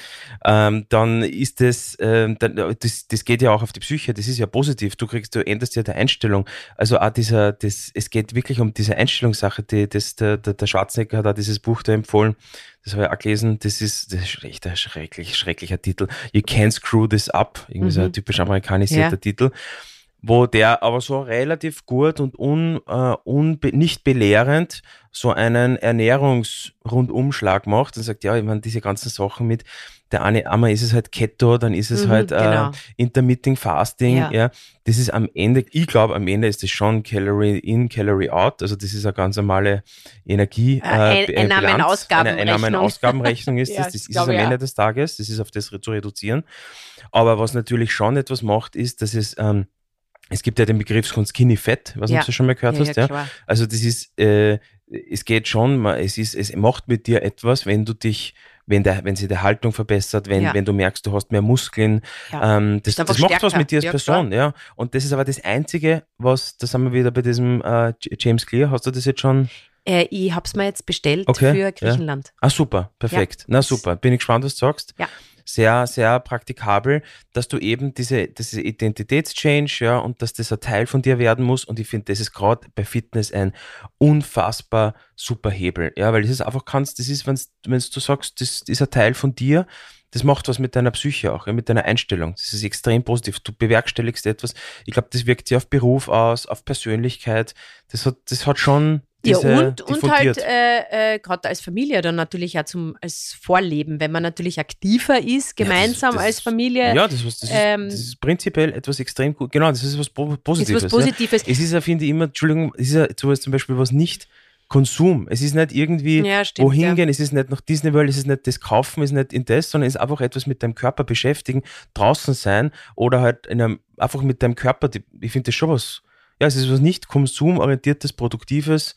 Speaker 2: Ähm, dann ist das, ähm, dann, äh, das, das geht ja auch auf die Psyche, das ist ja positiv. Du kriegst, du änderst ja die Einstellung. Also auch dieser, das, es geht wirklich um diese Einstellungssache, die, das, der, der, der Schwarzenegger hat auch dieses Buch da empfohlen, das habe ich auch gelesen, das ist, das ist echt ein schrecklich, schrecklicher Titel. You can screw this up, irgendwie so ein
Speaker 1: Mhm.
Speaker 2: typisch amerikanisierter
Speaker 1: Ja.
Speaker 2: Titel wo der aber so relativ gut und un, äh, unbe nicht belehrend so einen Ernährungsrundumschlag macht und sagt, ja, ich meine, diese ganzen Sachen mit, der eine, einmal ist es halt Keto, dann ist es
Speaker 1: Mhm,
Speaker 2: halt äh,
Speaker 1: genau.
Speaker 2: Intermitting Fasting, ja.
Speaker 1: Ja.
Speaker 2: Das ist am Ende, ich glaube, am Ende ist das schon Calorie in, Calorie out, also das ist eine ganz normale Energie.
Speaker 1: Äh, Ein-
Speaker 2: Bi-
Speaker 1: Einnahmen-
Speaker 2: Bilanz,
Speaker 1: Ausgabenrechnung.
Speaker 2: Eine Einnahmen-Ausgabenrechnung ist
Speaker 1: Ja,
Speaker 2: das,
Speaker 1: ich
Speaker 2: das ist es am
Speaker 1: glaube, ja.
Speaker 2: Ende des Tages, das ist auf das zu reduzieren. Aber was natürlich schon etwas macht, ist, dass es, ähm, es gibt ja den Begriff von Skinny Fat, was
Speaker 1: Ja.
Speaker 2: du schon mal gehört hast, ja.
Speaker 1: klar.
Speaker 2: Also das ist, äh, es geht schon, ma- es ist, es macht mit dir etwas, wenn du dich, wenn der, wenn sie die Haltung verbessert, wenn,
Speaker 1: Ja.
Speaker 2: wenn du merkst, du hast mehr Muskeln,
Speaker 1: Ja.
Speaker 2: ähm, das,
Speaker 1: Bist einfach
Speaker 2: das macht was
Speaker 1: stärker.
Speaker 2: mit dir als
Speaker 1: Ja,
Speaker 2: Person, ja. Und das ist aber das Einzige, was, das haben wir wieder bei diesem äh, J- James Clear, hast du das jetzt schon?
Speaker 1: Äh, ich habe es mir jetzt bestellt
Speaker 2: Okay, ja.
Speaker 1: für Griechenland.
Speaker 2: Ah, super, perfekt. Na super, bin ich gespannt, was du sagst.
Speaker 1: Ja.
Speaker 2: Sehr, sehr praktikabel, dass du eben diese, diese Identitätschange, ja, und dass das ein Teil von dir werden muss. Und ich finde, das ist gerade bei Fitness ein unfassbar super Hebel, ja, weil das ist einfach kannst, das ist, wenn du sagst, das ist ein Teil von dir, das macht was mit deiner Psyche auch, ja, mit deiner Einstellung. Das ist extrem positiv. Du bewerkstelligst etwas. Ich glaube, das wirkt sich auf Beruf aus, auf Persönlichkeit. Das hat, das hat schon. Diese,
Speaker 1: ja, und, und halt
Speaker 2: diffundiert.
Speaker 1: äh, äh, gerade als Familie dann natürlich auch zum, als Vorleben, wenn man natürlich aktiver ist,
Speaker 2: Ja, das-
Speaker 1: gemeinsam
Speaker 2: das-
Speaker 1: als Familie,
Speaker 2: Ja, das, was, das,
Speaker 1: ähm,
Speaker 2: ist, das ist prinzipiell etwas extrem gut. Genau, das ist was Po-
Speaker 1: ist
Speaker 2: Positives.
Speaker 1: was Positives.
Speaker 2: Ja. Es ist ja, finde ich immer, Entschuldigung, es ist ja sowas zum Beispiel was nicht Konsum. Es ist nicht irgendwie
Speaker 1: Ja, stimmt,
Speaker 2: wohin
Speaker 1: ja.
Speaker 2: gehen, es ist nicht nach Disney World, es ist nicht das Kaufen, es ist nicht in das, sondern es ist einfach etwas mit deinem Körper beschäftigen, draußen sein oder halt in einem, einfach mit deinem Körper. die- Ich finde das schon was. Ja, es ist was nicht konsumorientiertes, produktives,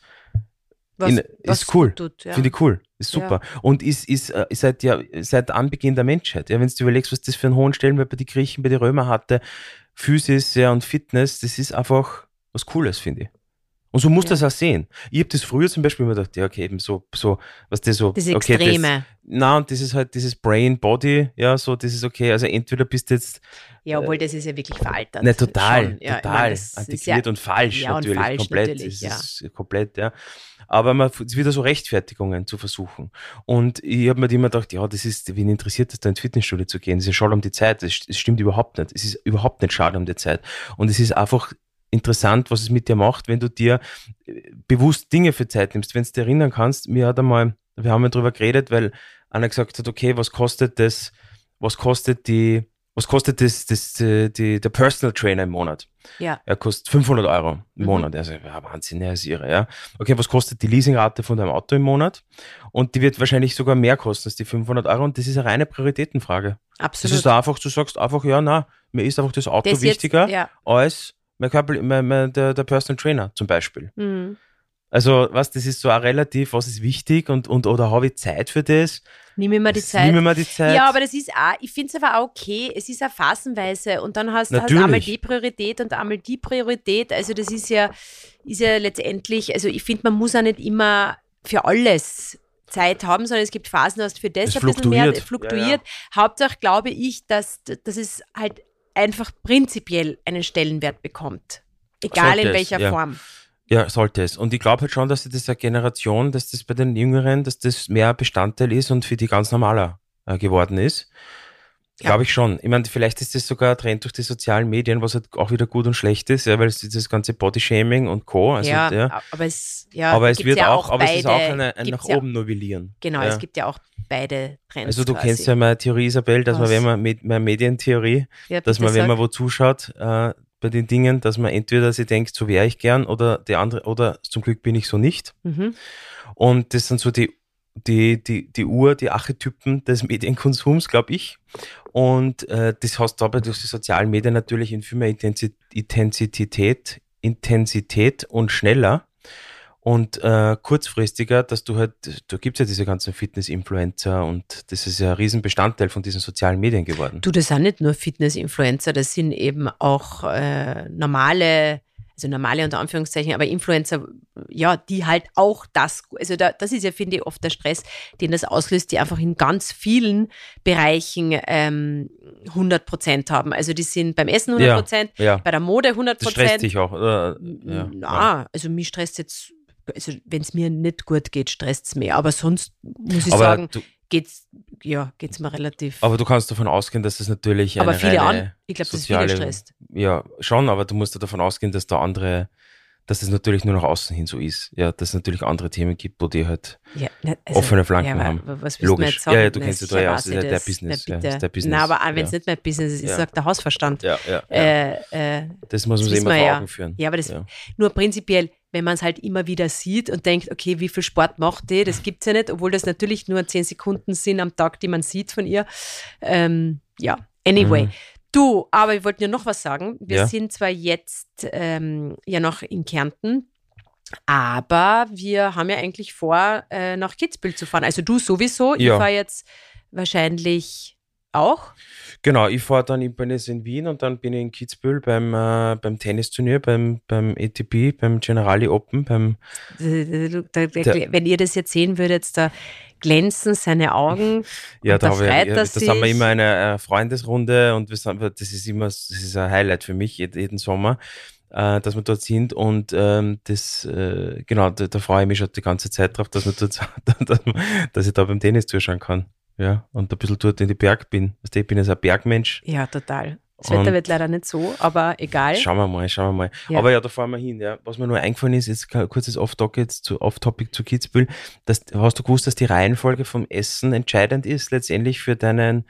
Speaker 1: was,
Speaker 2: in-
Speaker 1: was
Speaker 2: ist cool.
Speaker 1: gut Tut, ja.
Speaker 2: Finde ich cool. Ist super. Und ist, ist, äh, seit, ja, seit Anbeginn der Menschheit. Ja, wenn du überlegst, was das für einen hohen Stellenwert bei den Griechen, bei den Römern hatte, Physis ja, und Fitness, das ist einfach was Cooles, finde ich. Und so musst
Speaker 1: Ja.
Speaker 2: du das auch sehen. Ich habe das früher zum Beispiel immer gedacht, ja, okay, eben so, so was das so.
Speaker 1: Diese
Speaker 2: okay,
Speaker 1: Extreme.
Speaker 2: Das, äh, na, und das ist halt dieses Brain-Body, ja, so, das ist okay. Also entweder bist du jetzt
Speaker 1: ja, obwohl das ist ja wirklich veraltet.
Speaker 2: ne, total,
Speaker 1: Schon, ja, ich
Speaker 2: total
Speaker 1: meine, das ist
Speaker 2: antiquiert
Speaker 1: ja,
Speaker 2: und falsch
Speaker 1: ja, und
Speaker 2: natürlich,
Speaker 1: falsch
Speaker 2: komplett,
Speaker 1: natürlich,
Speaker 2: es ist komplett, ja. Aber man f- es ist wieder so Rechtfertigungen zu versuchen. Und ich habe mir immer gedacht, ja, das ist, wen interessiert es da ins Fitnessstudio zu gehen? Das ist ja schade um die Zeit. Das st- es stimmt überhaupt nicht. Es ist überhaupt nicht schade um die Zeit. Und es ist einfach interessant, was es mit dir macht, wenn du dir äh, bewusst Dinge für Zeit nimmst. Wenn du dich erinnern kannst, mir hat einmal, wir haben ja drüber geredet, weil einer gesagt hat, okay, was kostet das, was kostet die, was kostet das, das, die, die, der Personal Trainer im Monat?
Speaker 1: Ja.
Speaker 2: Er kostet 500 Euro im
Speaker 1: Mhm.
Speaker 2: Monat. Also, ja, Wahnsinn, er ist irre, ja. Okay, was kostet die Leasingrate von deinem Auto im Monat? Und die wird wahrscheinlich sogar mehr kosten als die 500 Euro. Und das ist eine reine Prioritätenfrage. Das
Speaker 1: absolut.
Speaker 2: ist einfach, du sagst einfach, ja, na, mir ist einfach das Auto
Speaker 1: Das jetzt-
Speaker 2: wichtiger
Speaker 1: Ja.
Speaker 2: als mein Körper, mein, mein, der, der Personal Trainer zum Beispiel.
Speaker 1: Mhm.
Speaker 2: Also, was, das ist so auch relativ, was ist wichtig und, und oder habe ich Zeit für das?
Speaker 1: Nimm immer die
Speaker 2: Das
Speaker 1: Zeit.
Speaker 2: Nehmen wir die Zeit.
Speaker 1: Ja, aber das ist auch, ich finde es aber auch okay. Es ist auch phasenweise und dann hast du
Speaker 2: Natürlich.
Speaker 1: einmal die Priorität und einmal die Priorität. Also, das ist ja, ist ja letztendlich, also ich finde, man muss auch nicht immer für alles Zeit haben, sondern es gibt Phasen, du hast für das
Speaker 2: Es
Speaker 1: ein bisschen mehr
Speaker 2: fluktuiert.
Speaker 1: fluktuiert. Hauptsache glaube ich, dass, dass es halt einfach prinzipiell einen Stellenwert bekommt. Egal
Speaker 2: Sollte
Speaker 1: in
Speaker 2: es,
Speaker 1: welcher
Speaker 2: ja.
Speaker 1: Form.
Speaker 2: Ja, sollte es. Und ich glaube halt schon, dass das der Generation, dass das bei den Jüngeren, dass das mehr Bestandteil ist und für die ganz normaler äh, geworden ist.
Speaker 1: Ja.
Speaker 2: Glaube ich schon. Ich meine, vielleicht ist das sogar ein Trend durch die sozialen Medien, was halt auch wieder gut und schlecht ist, ja, weil es dieses ganze Bodyshaming und Co. Also,
Speaker 1: ja,
Speaker 2: ja,
Speaker 1: aber es, ja,
Speaker 2: aber es
Speaker 1: gibt's
Speaker 2: wird
Speaker 1: ja
Speaker 2: auch, aber es ist auch
Speaker 1: beide-
Speaker 2: eine, ein nach
Speaker 1: gibt's ja,
Speaker 2: oben novellieren.
Speaker 1: Genau,
Speaker 2: ja.
Speaker 1: es gibt ja auch beide Trends.
Speaker 2: Also du
Speaker 1: quasi.
Speaker 2: kennst ja meine Theorie, Isabel, dass man,
Speaker 1: Was?
Speaker 2: wenn man mit meiner Medientheorie,
Speaker 1: Ja,
Speaker 2: dass
Speaker 1: bitte
Speaker 2: man, wenn
Speaker 1: sag.
Speaker 2: man wo zuschaut, äh, bei den Dingen, dass man entweder sich denkt, so wäre ich gern oder die andere, oder zum Glück bin ich so nicht.
Speaker 1: Mhm.
Speaker 2: Und das sind so die, die, die, die Uhr, die Archetypen des Medienkonsums, glaube ich. Und äh, das hast du aber durch die sozialen Medien natürlich in viel mehr Intensi- Intensität, Intensität und schneller und äh, kurzfristiger, dass du halt, da gibt es ja diese ganzen Fitness-Influencer und das ist ja ein Riesenbestandteil von diesen sozialen Medien geworden.
Speaker 1: Du, das sind nicht nur Fitness-Influencer, das sind eben auch äh, normale, also normale unter Anführungszeichen, aber Influencer, ja, die halt auch das, also da, das ist ja, finde ich, oft der Stress, den das auslöst, die einfach in ganz vielen Bereichen ähm, 100 Prozent haben. Also die sind beim Essen 100 Prozent,
Speaker 2: Ja,
Speaker 1: bei der Mode 100
Speaker 2: das stresst
Speaker 1: äh, Prozent.
Speaker 2: dich auch. Oder? Ja,
Speaker 1: Na,
Speaker 2: ja.
Speaker 1: also mich stresst jetzt, also wenn es mir nicht gut geht, stresst es mich, aber sonst muss ich
Speaker 2: Aber,
Speaker 1: sagen,
Speaker 2: du,
Speaker 1: geht's, ja, geht's mir relativ.
Speaker 2: aber du kannst davon ausgehen, dass das natürlich eine
Speaker 1: Aber viele
Speaker 2: reine
Speaker 1: an, ich glaube, das ist wieder
Speaker 2: äh, soziale-
Speaker 1: stresst.
Speaker 2: Ja, schon, aber du musst ja davon ausgehen, dass da andere, dass es natürlich nur nach außen hin so ist. Ja, dass es natürlich andere Themen gibt, wo die halt
Speaker 1: Ja, ne, also,
Speaker 2: offene Flanken
Speaker 1: ja,
Speaker 2: haben.
Speaker 1: wa- Was willst du mir
Speaker 2: Logisch.
Speaker 1: jetzt sagen?
Speaker 2: Ja, ja, du
Speaker 1: Ne,
Speaker 2: kennst dich
Speaker 1: sicher
Speaker 2: da ja aus,
Speaker 1: weiß
Speaker 2: das
Speaker 1: ich
Speaker 2: ist ja dein
Speaker 1: das.
Speaker 2: Business,
Speaker 1: Na,
Speaker 2: ja, das
Speaker 1: bitte.
Speaker 2: ist dein Business,
Speaker 1: Nein, aber auch wenn es
Speaker 2: ja.
Speaker 1: nicht mein Business ist, ich
Speaker 2: Ja.
Speaker 1: sag der Hausverstand.
Speaker 2: Ja, ja.
Speaker 1: Äh, äh,
Speaker 2: das muss man
Speaker 1: das
Speaker 2: sich
Speaker 1: wissen
Speaker 2: immer
Speaker 1: wir
Speaker 2: vor
Speaker 1: ja.
Speaker 2: Augen führen.
Speaker 1: ja, aber das
Speaker 2: Ja.
Speaker 1: nur prinzipiell, wenn man es halt immer wieder sieht und denkt, okay, wie viel Sport macht die, das gibt's ja nicht, obwohl das natürlich nur 10 Sekunden sind am Tag, die man sieht von ihr. Ähm, ja, anyway.
Speaker 2: Mhm.
Speaker 1: Du, aber ich wollte dir noch was sagen. Wir
Speaker 2: Ja.
Speaker 1: sind zwar jetzt ähm, ja noch in Kärnten, aber wir haben ja eigentlich vor, äh, nach Kitzbühel zu fahren. Also du sowieso, ich
Speaker 2: Ja.
Speaker 1: fahre jetzt wahrscheinlich auch?
Speaker 2: Genau, ich fahre dann, ich bin jetzt in Wien und dann bin ich in Kitzbühel beim, äh, beim Tennisturnier, beim, beim ATP, beim Generali Open, beim
Speaker 1: Äh, Da, da, da, wenn ihr das jetzt sehen würdet, da glänzen seine Augen.
Speaker 2: Ja,
Speaker 1: und
Speaker 2: da, haben wir,
Speaker 1: freut
Speaker 2: ja,
Speaker 1: er
Speaker 2: das
Speaker 1: sich.
Speaker 2: haben wir immer eine äh, Freundesrunde und wir sind, das ist immer, das ist ein Highlight für mich jed- jeden Sommer, äh, dass wir dort sind und ähm, das, äh, genau, da, da freue ich mich schon die ganze Zeit drauf, dass, wir dort, dass ich da beim Tennis zuschauen kann. Ja, und ein bisschen dort in die Berg bin. Weißt du, Ich bin jetzt ein Bergmensch.
Speaker 1: Ja, total. Das
Speaker 2: Und-
Speaker 1: Wetter wird leider nicht so, aber egal.
Speaker 2: Schauen wir mal, schauen wir mal.
Speaker 1: Ja.
Speaker 2: Aber ja, da fahren wir hin. Ja. Was mir nur eingefallen ist, jetzt ka- kurzes Off-Topic jetzt zu, off -Topic zu Kitzbühel. Das, hast du gewusst, dass die Reihenfolge vom Essen entscheidend ist, letztendlich für deinen,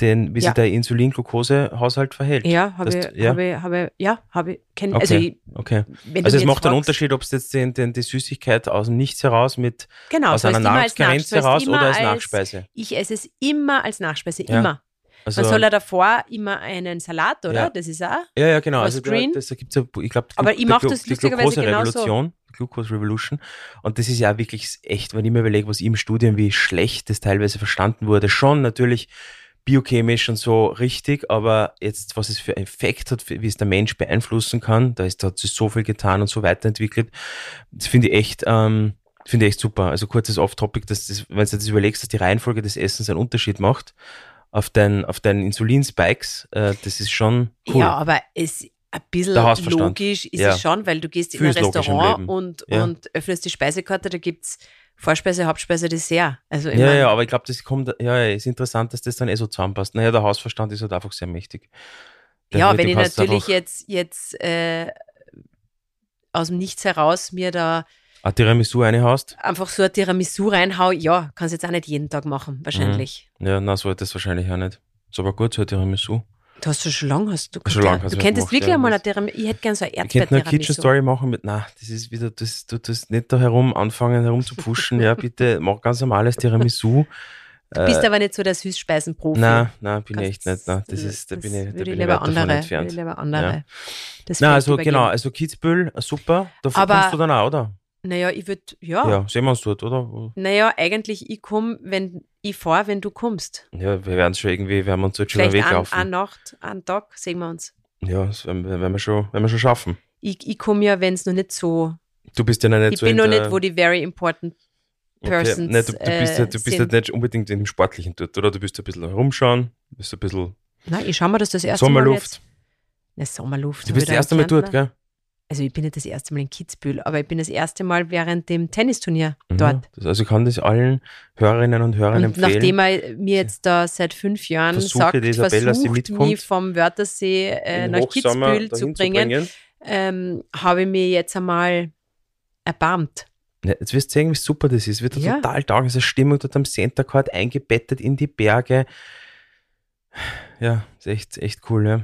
Speaker 2: den, wie
Speaker 1: Ja.
Speaker 2: sich der Insulin-Glucose-Haushalt verhält?
Speaker 1: Ja,
Speaker 2: Dass
Speaker 1: habe ich,
Speaker 2: du- ja?
Speaker 1: habe ich, habe ich, ja, habe ich, kenn,
Speaker 2: Okay.
Speaker 1: also ich,
Speaker 2: Okay.
Speaker 1: wenn du
Speaker 2: also es
Speaker 1: mir jetzt
Speaker 2: macht einen
Speaker 1: fragst-
Speaker 2: Unterschied, ob es jetzt den, den, die Süßigkeit aus dem Nichts heraus mit
Speaker 1: Genau,
Speaker 2: aus
Speaker 1: sollst
Speaker 2: einer
Speaker 1: du immer als
Speaker 2: Nahrungskarenz
Speaker 1: Nachspeise-
Speaker 2: heraus oder
Speaker 1: immer
Speaker 2: als Nachspeise.
Speaker 1: Ich esse es immer als Nachspeise,
Speaker 2: Ja,
Speaker 1: immer.
Speaker 2: Also,
Speaker 1: Man soll ja davor immer einen Salat, oder?
Speaker 2: Ja.
Speaker 1: Das ist auch.
Speaker 2: ja, ja, genau.
Speaker 1: was
Speaker 2: Also da,
Speaker 1: green.
Speaker 2: das, da gibt's ja, ich glaube,
Speaker 1: Aber ich mach das
Speaker 2: die
Speaker 1: lustigerweise genauso.
Speaker 2: Glucose-Revolution, die Glucose-Revolution. Und das ist ja wirklich echt, wenn ich mir überlege, was im Studium, wie schlecht das teilweise verstanden wurde. Schon natürlich biochemisch und so richtig, aber jetzt, was es für einen Effekt hat, wie es der Mensch beeinflussen kann, da, ist, da hat sich so viel getan und so weiterentwickelt. Das finde ich echt, ähm, finde ich echt super. Also kurzes Off-Topic, dass das, wenn du dir das überlegst, dass die Reihenfolge des Essens einen Unterschied macht auf deinen auf deinen Insulinspikes, äh, das ist schon cool.
Speaker 1: Ja, aber es ein bisschen
Speaker 2: Der Hausverstand.
Speaker 1: logisch ist
Speaker 2: Ja.
Speaker 1: es schon, weil du gehst in
Speaker 2: Viel
Speaker 1: ein
Speaker 2: ist logisch im
Speaker 1: Restaurant
Speaker 2: Leben.
Speaker 1: und,
Speaker 2: Ja.
Speaker 1: und öffnest die Speisekarte, da gibt es Vorspeise, Hauptspeise, Dessert. Also ich
Speaker 2: Ja,
Speaker 1: mein,
Speaker 2: ja, aber ich glaube, das kommt, ja, ja, ist interessant, dass das dann eh so zusammenpasst. Naja, der Hausverstand ist halt einfach sehr mächtig. Der
Speaker 1: Ja,
Speaker 2: Nötig
Speaker 1: wenn ich
Speaker 2: hast du
Speaker 1: natürlich
Speaker 2: einfach-
Speaker 1: jetzt, jetzt äh, aus dem Nichts heraus mir da
Speaker 2: Ah, Tiramisu eine hast?
Speaker 1: einfach so ein Tiramisu reinhau, ja, kannst jetzt auch nicht jeden Tag
Speaker 2: Mhm.
Speaker 1: machen, wahrscheinlich.
Speaker 2: Ja, na, so das wahrscheinlich auch nicht. Ist aber gut, so ein Tiramisu.
Speaker 1: Du hast so schon lange, hast du
Speaker 2: Schon lange hast
Speaker 1: Du
Speaker 2: du
Speaker 1: könntest
Speaker 2: gemacht,
Speaker 1: wirklich
Speaker 2: ja,
Speaker 1: einmal ein
Speaker 2: das-
Speaker 1: Tiramisu, ich hätte gern so ein
Speaker 2: Ich könnte eine
Speaker 1: Erdbeer-Tiramisu.
Speaker 2: Kitchen-Story machen mit, na, das ist wieder, das, du das nicht da herum anfangen, herum zu pushen. ja, bitte, mach ganz normales Tiramisu.
Speaker 1: Du bist aber nicht so der Süßspeisenprofi.
Speaker 2: äh, Na, na, bin ich
Speaker 1: Kannst-
Speaker 2: echt nicht. Na, das ist, da bin ich, da
Speaker 1: würde
Speaker 2: bin ich
Speaker 1: lieber
Speaker 2: weit davon
Speaker 1: andere,
Speaker 2: entfernt.
Speaker 1: Würde lieber andere.
Speaker 2: Ja.
Speaker 1: Das
Speaker 2: Na,
Speaker 1: vielleicht
Speaker 2: also
Speaker 1: übergehen.
Speaker 2: genau, also Kitzbühel, super. Da
Speaker 1: Aber-
Speaker 2: kommst du dann auch, oder?
Speaker 1: Naja, ich würde, ja.
Speaker 2: Ja, sehen wir uns dort, oder?
Speaker 1: Naja, eigentlich, ich komme, wenn ich fahre, wenn du kommst.
Speaker 2: Ja, wir werden schon irgendwie, wir haben uns dort schon einen
Speaker 1: Vielleicht
Speaker 2: Weg
Speaker 1: an,
Speaker 2: laufen.
Speaker 1: an Nacht, an Tag, sehen wir uns.
Speaker 2: Ja, das werden, wir- werden, wir schon, werden wir schon schaffen.
Speaker 1: Ich, ich komme ja, wenn es noch nicht so.
Speaker 2: Du bist ja noch nicht
Speaker 1: ich
Speaker 2: so
Speaker 1: bin
Speaker 2: in
Speaker 1: noch
Speaker 2: der,
Speaker 1: nicht, wo die very important Persons,
Speaker 2: Nein, du, du bist, ja,
Speaker 1: äh,
Speaker 2: du bist ja
Speaker 1: sind.
Speaker 2: nicht unbedingt im Sportlichen dort, oder? Du bist ein bisschen herumschauen, bist ein bisschen
Speaker 1: Nein, ich schaue mir das das erste Mal.
Speaker 2: Sommerluft.
Speaker 1: Jetzt. Na, Sommerluft.
Speaker 2: Du bist
Speaker 1: wieder
Speaker 2: das erste Mal dort,
Speaker 1: Kärntner.
Speaker 2: gell?
Speaker 1: Also, ich bin nicht das erste Mal in Kitzbühel, aber ich bin das erste Mal während dem Tennisturnier dort.
Speaker 2: Ja, das, also ich kann das allen Hörerinnen und Hörern
Speaker 1: Und
Speaker 2: empfehlen.
Speaker 1: nachdem er mir jetzt da seit fünf Jahren
Speaker 2: Versuche,
Speaker 1: sagt,
Speaker 2: die Isabella, sie
Speaker 1: versucht,
Speaker 2: mitkommt.
Speaker 1: mich vom Wörthersee äh,
Speaker 2: im
Speaker 1: nach
Speaker 2: Hochsommer
Speaker 1: Kitzbühel zu
Speaker 2: dahin
Speaker 1: bringen, ähm, habe ich mir jetzt einmal erbarmt.
Speaker 2: Ja, jetzt wirst du sehen, wie super das ist. Wird da
Speaker 1: Ja.
Speaker 2: total taugen. Es ist eine Stimmung dort am Center Court eingebettet in die Berge. Ja, ist echt, echt cool, ja.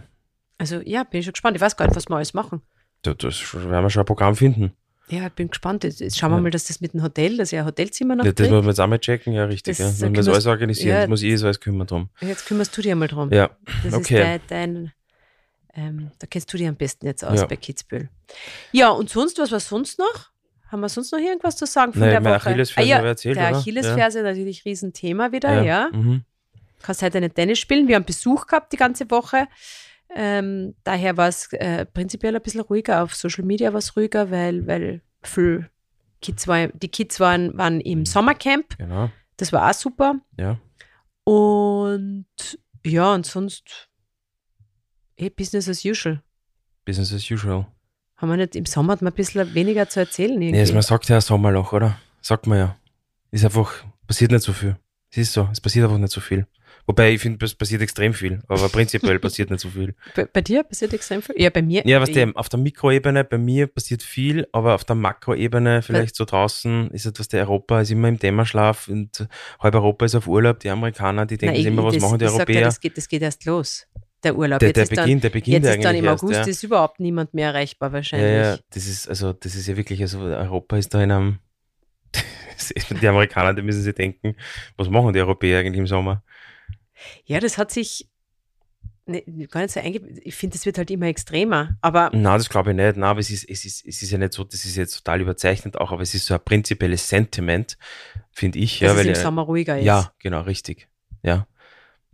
Speaker 1: Also ja, bin ich schon gespannt. Ich weiß gar nicht, was wir alles machen.
Speaker 2: Das, das werden wir schon ein Programm finden.
Speaker 1: Ja, ich bin gespannt. Jetzt, jetzt schauen wir
Speaker 2: Ja.
Speaker 1: mal, dass das mit dem Hotel, dass ich ein Hotelzimmer noch
Speaker 2: Ja, das
Speaker 1: krieg.
Speaker 2: muss man jetzt auch mal checken, ja, richtig.
Speaker 1: Das
Speaker 2: ja.
Speaker 1: ist-
Speaker 2: Wenn wir das
Speaker 1: kümmerst-
Speaker 2: alles organisieren,
Speaker 1: ja.
Speaker 2: das muss ich eh so alles kümmern drum.
Speaker 1: Jetzt kümmerst du dich einmal drum.
Speaker 2: Ja,
Speaker 1: das
Speaker 2: okay.
Speaker 1: ist dein, dein ähm, da kennst du dich am besten jetzt aus
Speaker 2: Ja.
Speaker 1: bei Kitzbühel. Ja, und sonst, was war sonst noch? Haben wir sonst noch irgendwas zu sagen von
Speaker 2: Nein,
Speaker 1: der
Speaker 2: meine
Speaker 1: Woche? Ah,
Speaker 2: Achillesferse
Speaker 1: ja,
Speaker 2: habe ich erzählt,
Speaker 1: Der
Speaker 2: oder?
Speaker 1: Achillesferse natürlich Riesenthema wieder, ja.
Speaker 2: Mhm.
Speaker 1: kannst heute nicht Tennis spielen. Wir haben Besuch gehabt die ganze Woche. Ähm, daher war es äh, prinzipiell ein bisschen ruhiger. Auf Social Media war es ruhiger, weil, weil viel Kids war, die Kids waren, waren im Sommercamp.
Speaker 2: Genau,
Speaker 1: Das war auch super.
Speaker 2: ja.
Speaker 1: Und ja, und sonst eh Business as usual.
Speaker 2: Business as usual.
Speaker 1: Haben wir nicht, im Sommer hat man ein bisschen weniger zu erzählen irgendwie.
Speaker 2: Ja, also man sagt ja Sommerloch, oder? Sagt man ja. Ist einfach, passiert nicht so viel. Es ist so, es passiert einfach nicht so viel. Wobei ich finde, es passiert extrem viel, aber prinzipiell passiert nicht so viel.
Speaker 1: bei, bei dir passiert extrem viel. Ja, bei mir.
Speaker 2: Ja, was der auf der Mikroebene bei mir passiert viel, aber auf der Makroebene vielleicht so draußen ist etwas, der Europa ist immer im Dämmerschlaf und halb Europa ist auf Urlaub, die Amerikaner, die denken
Speaker 1: Nein,
Speaker 2: sich immer, was
Speaker 1: das,
Speaker 2: machen die
Speaker 1: ich sag dir,
Speaker 2: Europäer?
Speaker 1: das geht, das geht erst los. Der Urlaub.
Speaker 2: Der,
Speaker 1: Jetzt
Speaker 2: der
Speaker 1: ist dann-
Speaker 2: Beginn, der Beginn
Speaker 1: Jetzt ist
Speaker 2: eigentlich
Speaker 1: dann im
Speaker 2: erst,
Speaker 1: August
Speaker 2: ja.
Speaker 1: ist überhaupt niemand mehr erreichbar wahrscheinlich.
Speaker 2: Ja, ja, das ist, also, das ist ja wirklich, also Europa ist da in einem. die Amerikaner, die müssen sich denken, was machen die Europäer eigentlich im Sommer?
Speaker 1: Ja, das hat sich ne, gar nicht so eingebildet. Ich finde, es wird halt immer extremer. Aber
Speaker 2: Na, das glaube ich nicht. Na, aber es ist, es ist, es ist ja nicht so, das ist jetzt total überzeichnet auch, aber es ist so ein prinzipielles Sentiment, finde ich.
Speaker 1: dass
Speaker 2: Ja,
Speaker 1: es
Speaker 2: weil,
Speaker 1: im
Speaker 2: äh,
Speaker 1: Sommer ruhiger ist.
Speaker 2: ja, genau, richtig. Ja.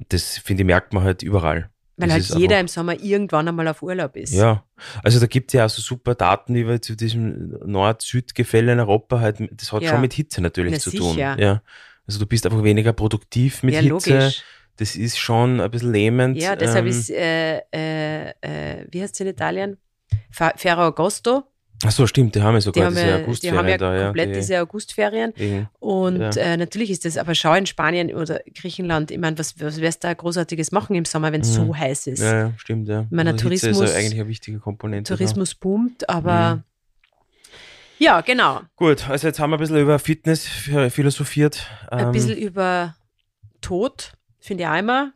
Speaker 2: Das finde ich, merkt man halt überall.
Speaker 1: Weil
Speaker 2: Das
Speaker 1: halt
Speaker 2: ist
Speaker 1: jeder
Speaker 2: einfach-
Speaker 1: im Sommer irgendwann einmal auf Urlaub ist.
Speaker 2: Ja, also da gibt es ja auch so super Daten über zu diesem Nord-Süd-Gefälle in Europa. Halt, das hat
Speaker 1: Ja.
Speaker 2: schon mit Hitze natürlich
Speaker 1: Na,
Speaker 2: zu tun.
Speaker 1: sicher.
Speaker 2: Ja. Also du bist einfach weniger produktiv mit
Speaker 1: ja
Speaker 2: Hitze.
Speaker 1: logisch.
Speaker 2: Das ist schon ein bisschen lähmend.
Speaker 1: Ja, deshalb
Speaker 2: ähm,
Speaker 1: ist, äh, äh, äh, wie heißt es in Italien? Fa- Ferragosto.
Speaker 2: Ach so, stimmt, die haben ja
Speaker 1: Die
Speaker 2: sogar
Speaker 1: haben
Speaker 2: diese
Speaker 1: ja, die
Speaker 2: Augustferien
Speaker 1: haben ja
Speaker 2: da, ja.
Speaker 1: komplett
Speaker 2: die-
Speaker 1: diese Augustferien.
Speaker 2: die-
Speaker 1: Und
Speaker 2: Ja.
Speaker 1: äh, natürlich ist das, aber schau in Spanien oder Griechenland, ich meine, was, was wärst da Großartiges machen im Sommer, wenn es
Speaker 2: Mhm.
Speaker 1: so heiß ist?
Speaker 2: ja, genau. ja, stimmt, ja.
Speaker 1: meine,
Speaker 2: Also Hitze
Speaker 1: Tourismus-
Speaker 2: ist ja eigentlich eine wichtige Komponente. ne? da.
Speaker 1: Tourismus boomt, aber
Speaker 2: Mhm.
Speaker 1: ja, genau.
Speaker 2: Gut, also jetzt haben wir ein bisschen über Fitness philosophiert.
Speaker 1: Ein
Speaker 2: Ähm,
Speaker 1: bisschen über Tod, finde ich auch immer.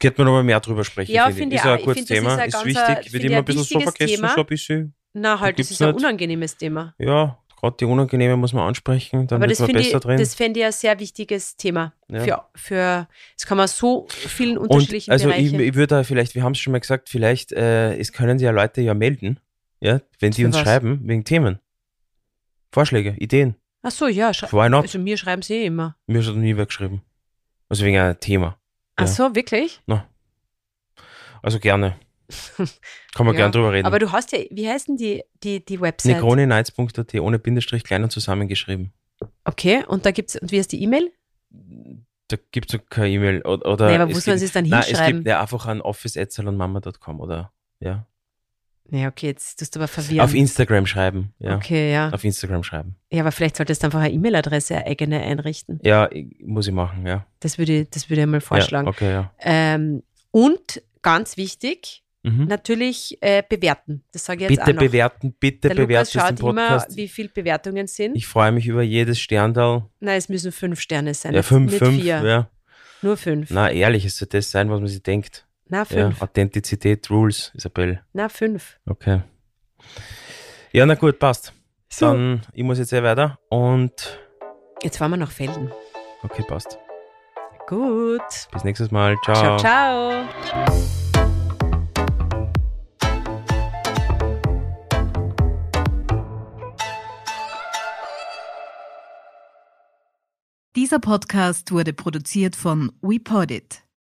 Speaker 2: Könnte man aber mehr drüber sprechen.
Speaker 1: Ja,
Speaker 2: finde
Speaker 1: finde ich
Speaker 2: ich. Ist ja
Speaker 1: auch.
Speaker 2: ein
Speaker 1: Ich
Speaker 2: gutes
Speaker 1: finde, das
Speaker 2: Thema,
Speaker 1: ist ein
Speaker 2: ist,
Speaker 1: ganz-
Speaker 2: wichtig, wird
Speaker 1: finde ich
Speaker 2: immer
Speaker 1: ein
Speaker 2: ein bisschen so
Speaker 1: wichtiges
Speaker 2: vergessen,
Speaker 1: Thema.
Speaker 2: so ein bisschen.
Speaker 1: Na halt, das
Speaker 2: Gibt's
Speaker 1: ist ein
Speaker 2: nicht.
Speaker 1: unangenehmes Thema.
Speaker 2: Ja, gerade die Unangenehme muss man ansprechen, dann
Speaker 1: aber
Speaker 2: wird
Speaker 1: das
Speaker 2: man
Speaker 1: finde ich,
Speaker 2: besser drin.
Speaker 1: das fände ich ein sehr wichtiges Thema.
Speaker 2: Ja.
Speaker 1: Für, für, das kann man so vielen
Speaker 2: und
Speaker 1: unterschiedlichen
Speaker 2: also ich,
Speaker 1: Bereichen.
Speaker 2: ich würde da vielleicht, wir haben es schon mal gesagt, vielleicht äh, es können sich ja Leute ja melden, ja, wenn sie
Speaker 1: Für
Speaker 2: uns
Speaker 1: was?
Speaker 2: schreiben, wegen Themen. Vorschläge, Ideen.
Speaker 1: Ach so, ja, schrei-
Speaker 2: Why not?
Speaker 1: also mir schreiben sie eh immer.
Speaker 2: Mir hat nie weggeschrieben. Also wegen einem Thema.
Speaker 1: Ach
Speaker 2: Ja.
Speaker 1: so, wirklich?
Speaker 2: Also gerne. Kann man
Speaker 1: Ja,
Speaker 2: gern drüber reden.
Speaker 1: Aber du halt hast ja, wie heißen die, die, die Website?
Speaker 2: Necronineits.at ohne Bindestrich klein und zusammengeschrieben.
Speaker 1: Okay, und da gibt's, und wie heißt die E-Mail?
Speaker 2: Da gibt es keine E-Mail. o- Oder
Speaker 1: Nee, aber
Speaker 2: es
Speaker 1: muss man
Speaker 2: gibt-
Speaker 1: es dann
Speaker 2: Nein, es
Speaker 1: hinschreiben?
Speaker 2: gibt ja einfach an office.mama.com oder ja.
Speaker 1: nee, okay, jetzt tust du aber verwirren.
Speaker 2: Auf Instagram schreiben. Ja.
Speaker 1: Okay, ja.
Speaker 2: Auf Instagram schreiben.
Speaker 1: Ja, aber vielleicht solltest du einfach eine E-Mail-Adresse eine eigene einrichten.
Speaker 2: Ja, ich, muss ich machen, ja.
Speaker 1: Das würde, ich- das würde ich mal vorschlagen.
Speaker 2: Ja, okay, ja.
Speaker 1: ähm, und ganz wichtig,
Speaker 2: Mhm.
Speaker 1: natürlich äh, bewerten. Das sage ich jetzt
Speaker 2: Bitte
Speaker 1: auch noch.
Speaker 2: bewerten, bitte
Speaker 1: Der Lukas
Speaker 2: bewerten diesen
Speaker 1: schaut immer,
Speaker 2: Podcast.
Speaker 1: wie hm? viele Bewertungen sind.
Speaker 2: ich freue mich über jedes Sterndal.
Speaker 1: Nein, es müssen fünf Sterne sein.
Speaker 2: Ja,
Speaker 1: nicht-
Speaker 2: fünf,
Speaker 1: nicht
Speaker 2: fünf.
Speaker 1: vier,
Speaker 2: Ja.
Speaker 1: nur fünf.
Speaker 2: Na, ehrlich, es soll das sein, was man sich denkt.
Speaker 1: Na,
Speaker 2: Ja,
Speaker 1: fünf.
Speaker 2: Authentizität rules, Isabel.
Speaker 1: Na, fünf.
Speaker 2: Okay. Ja, na gut, passt.
Speaker 1: So,
Speaker 2: Dann, ich muss jetzt eh weiter und
Speaker 1: jetzt waren wir noch Felden.
Speaker 2: okay, passt.
Speaker 1: Gut.
Speaker 2: Bis nächstes Mal.
Speaker 1: Ciao, ciao.
Speaker 3: Dieser Podcast wurde produziert von WePoddit.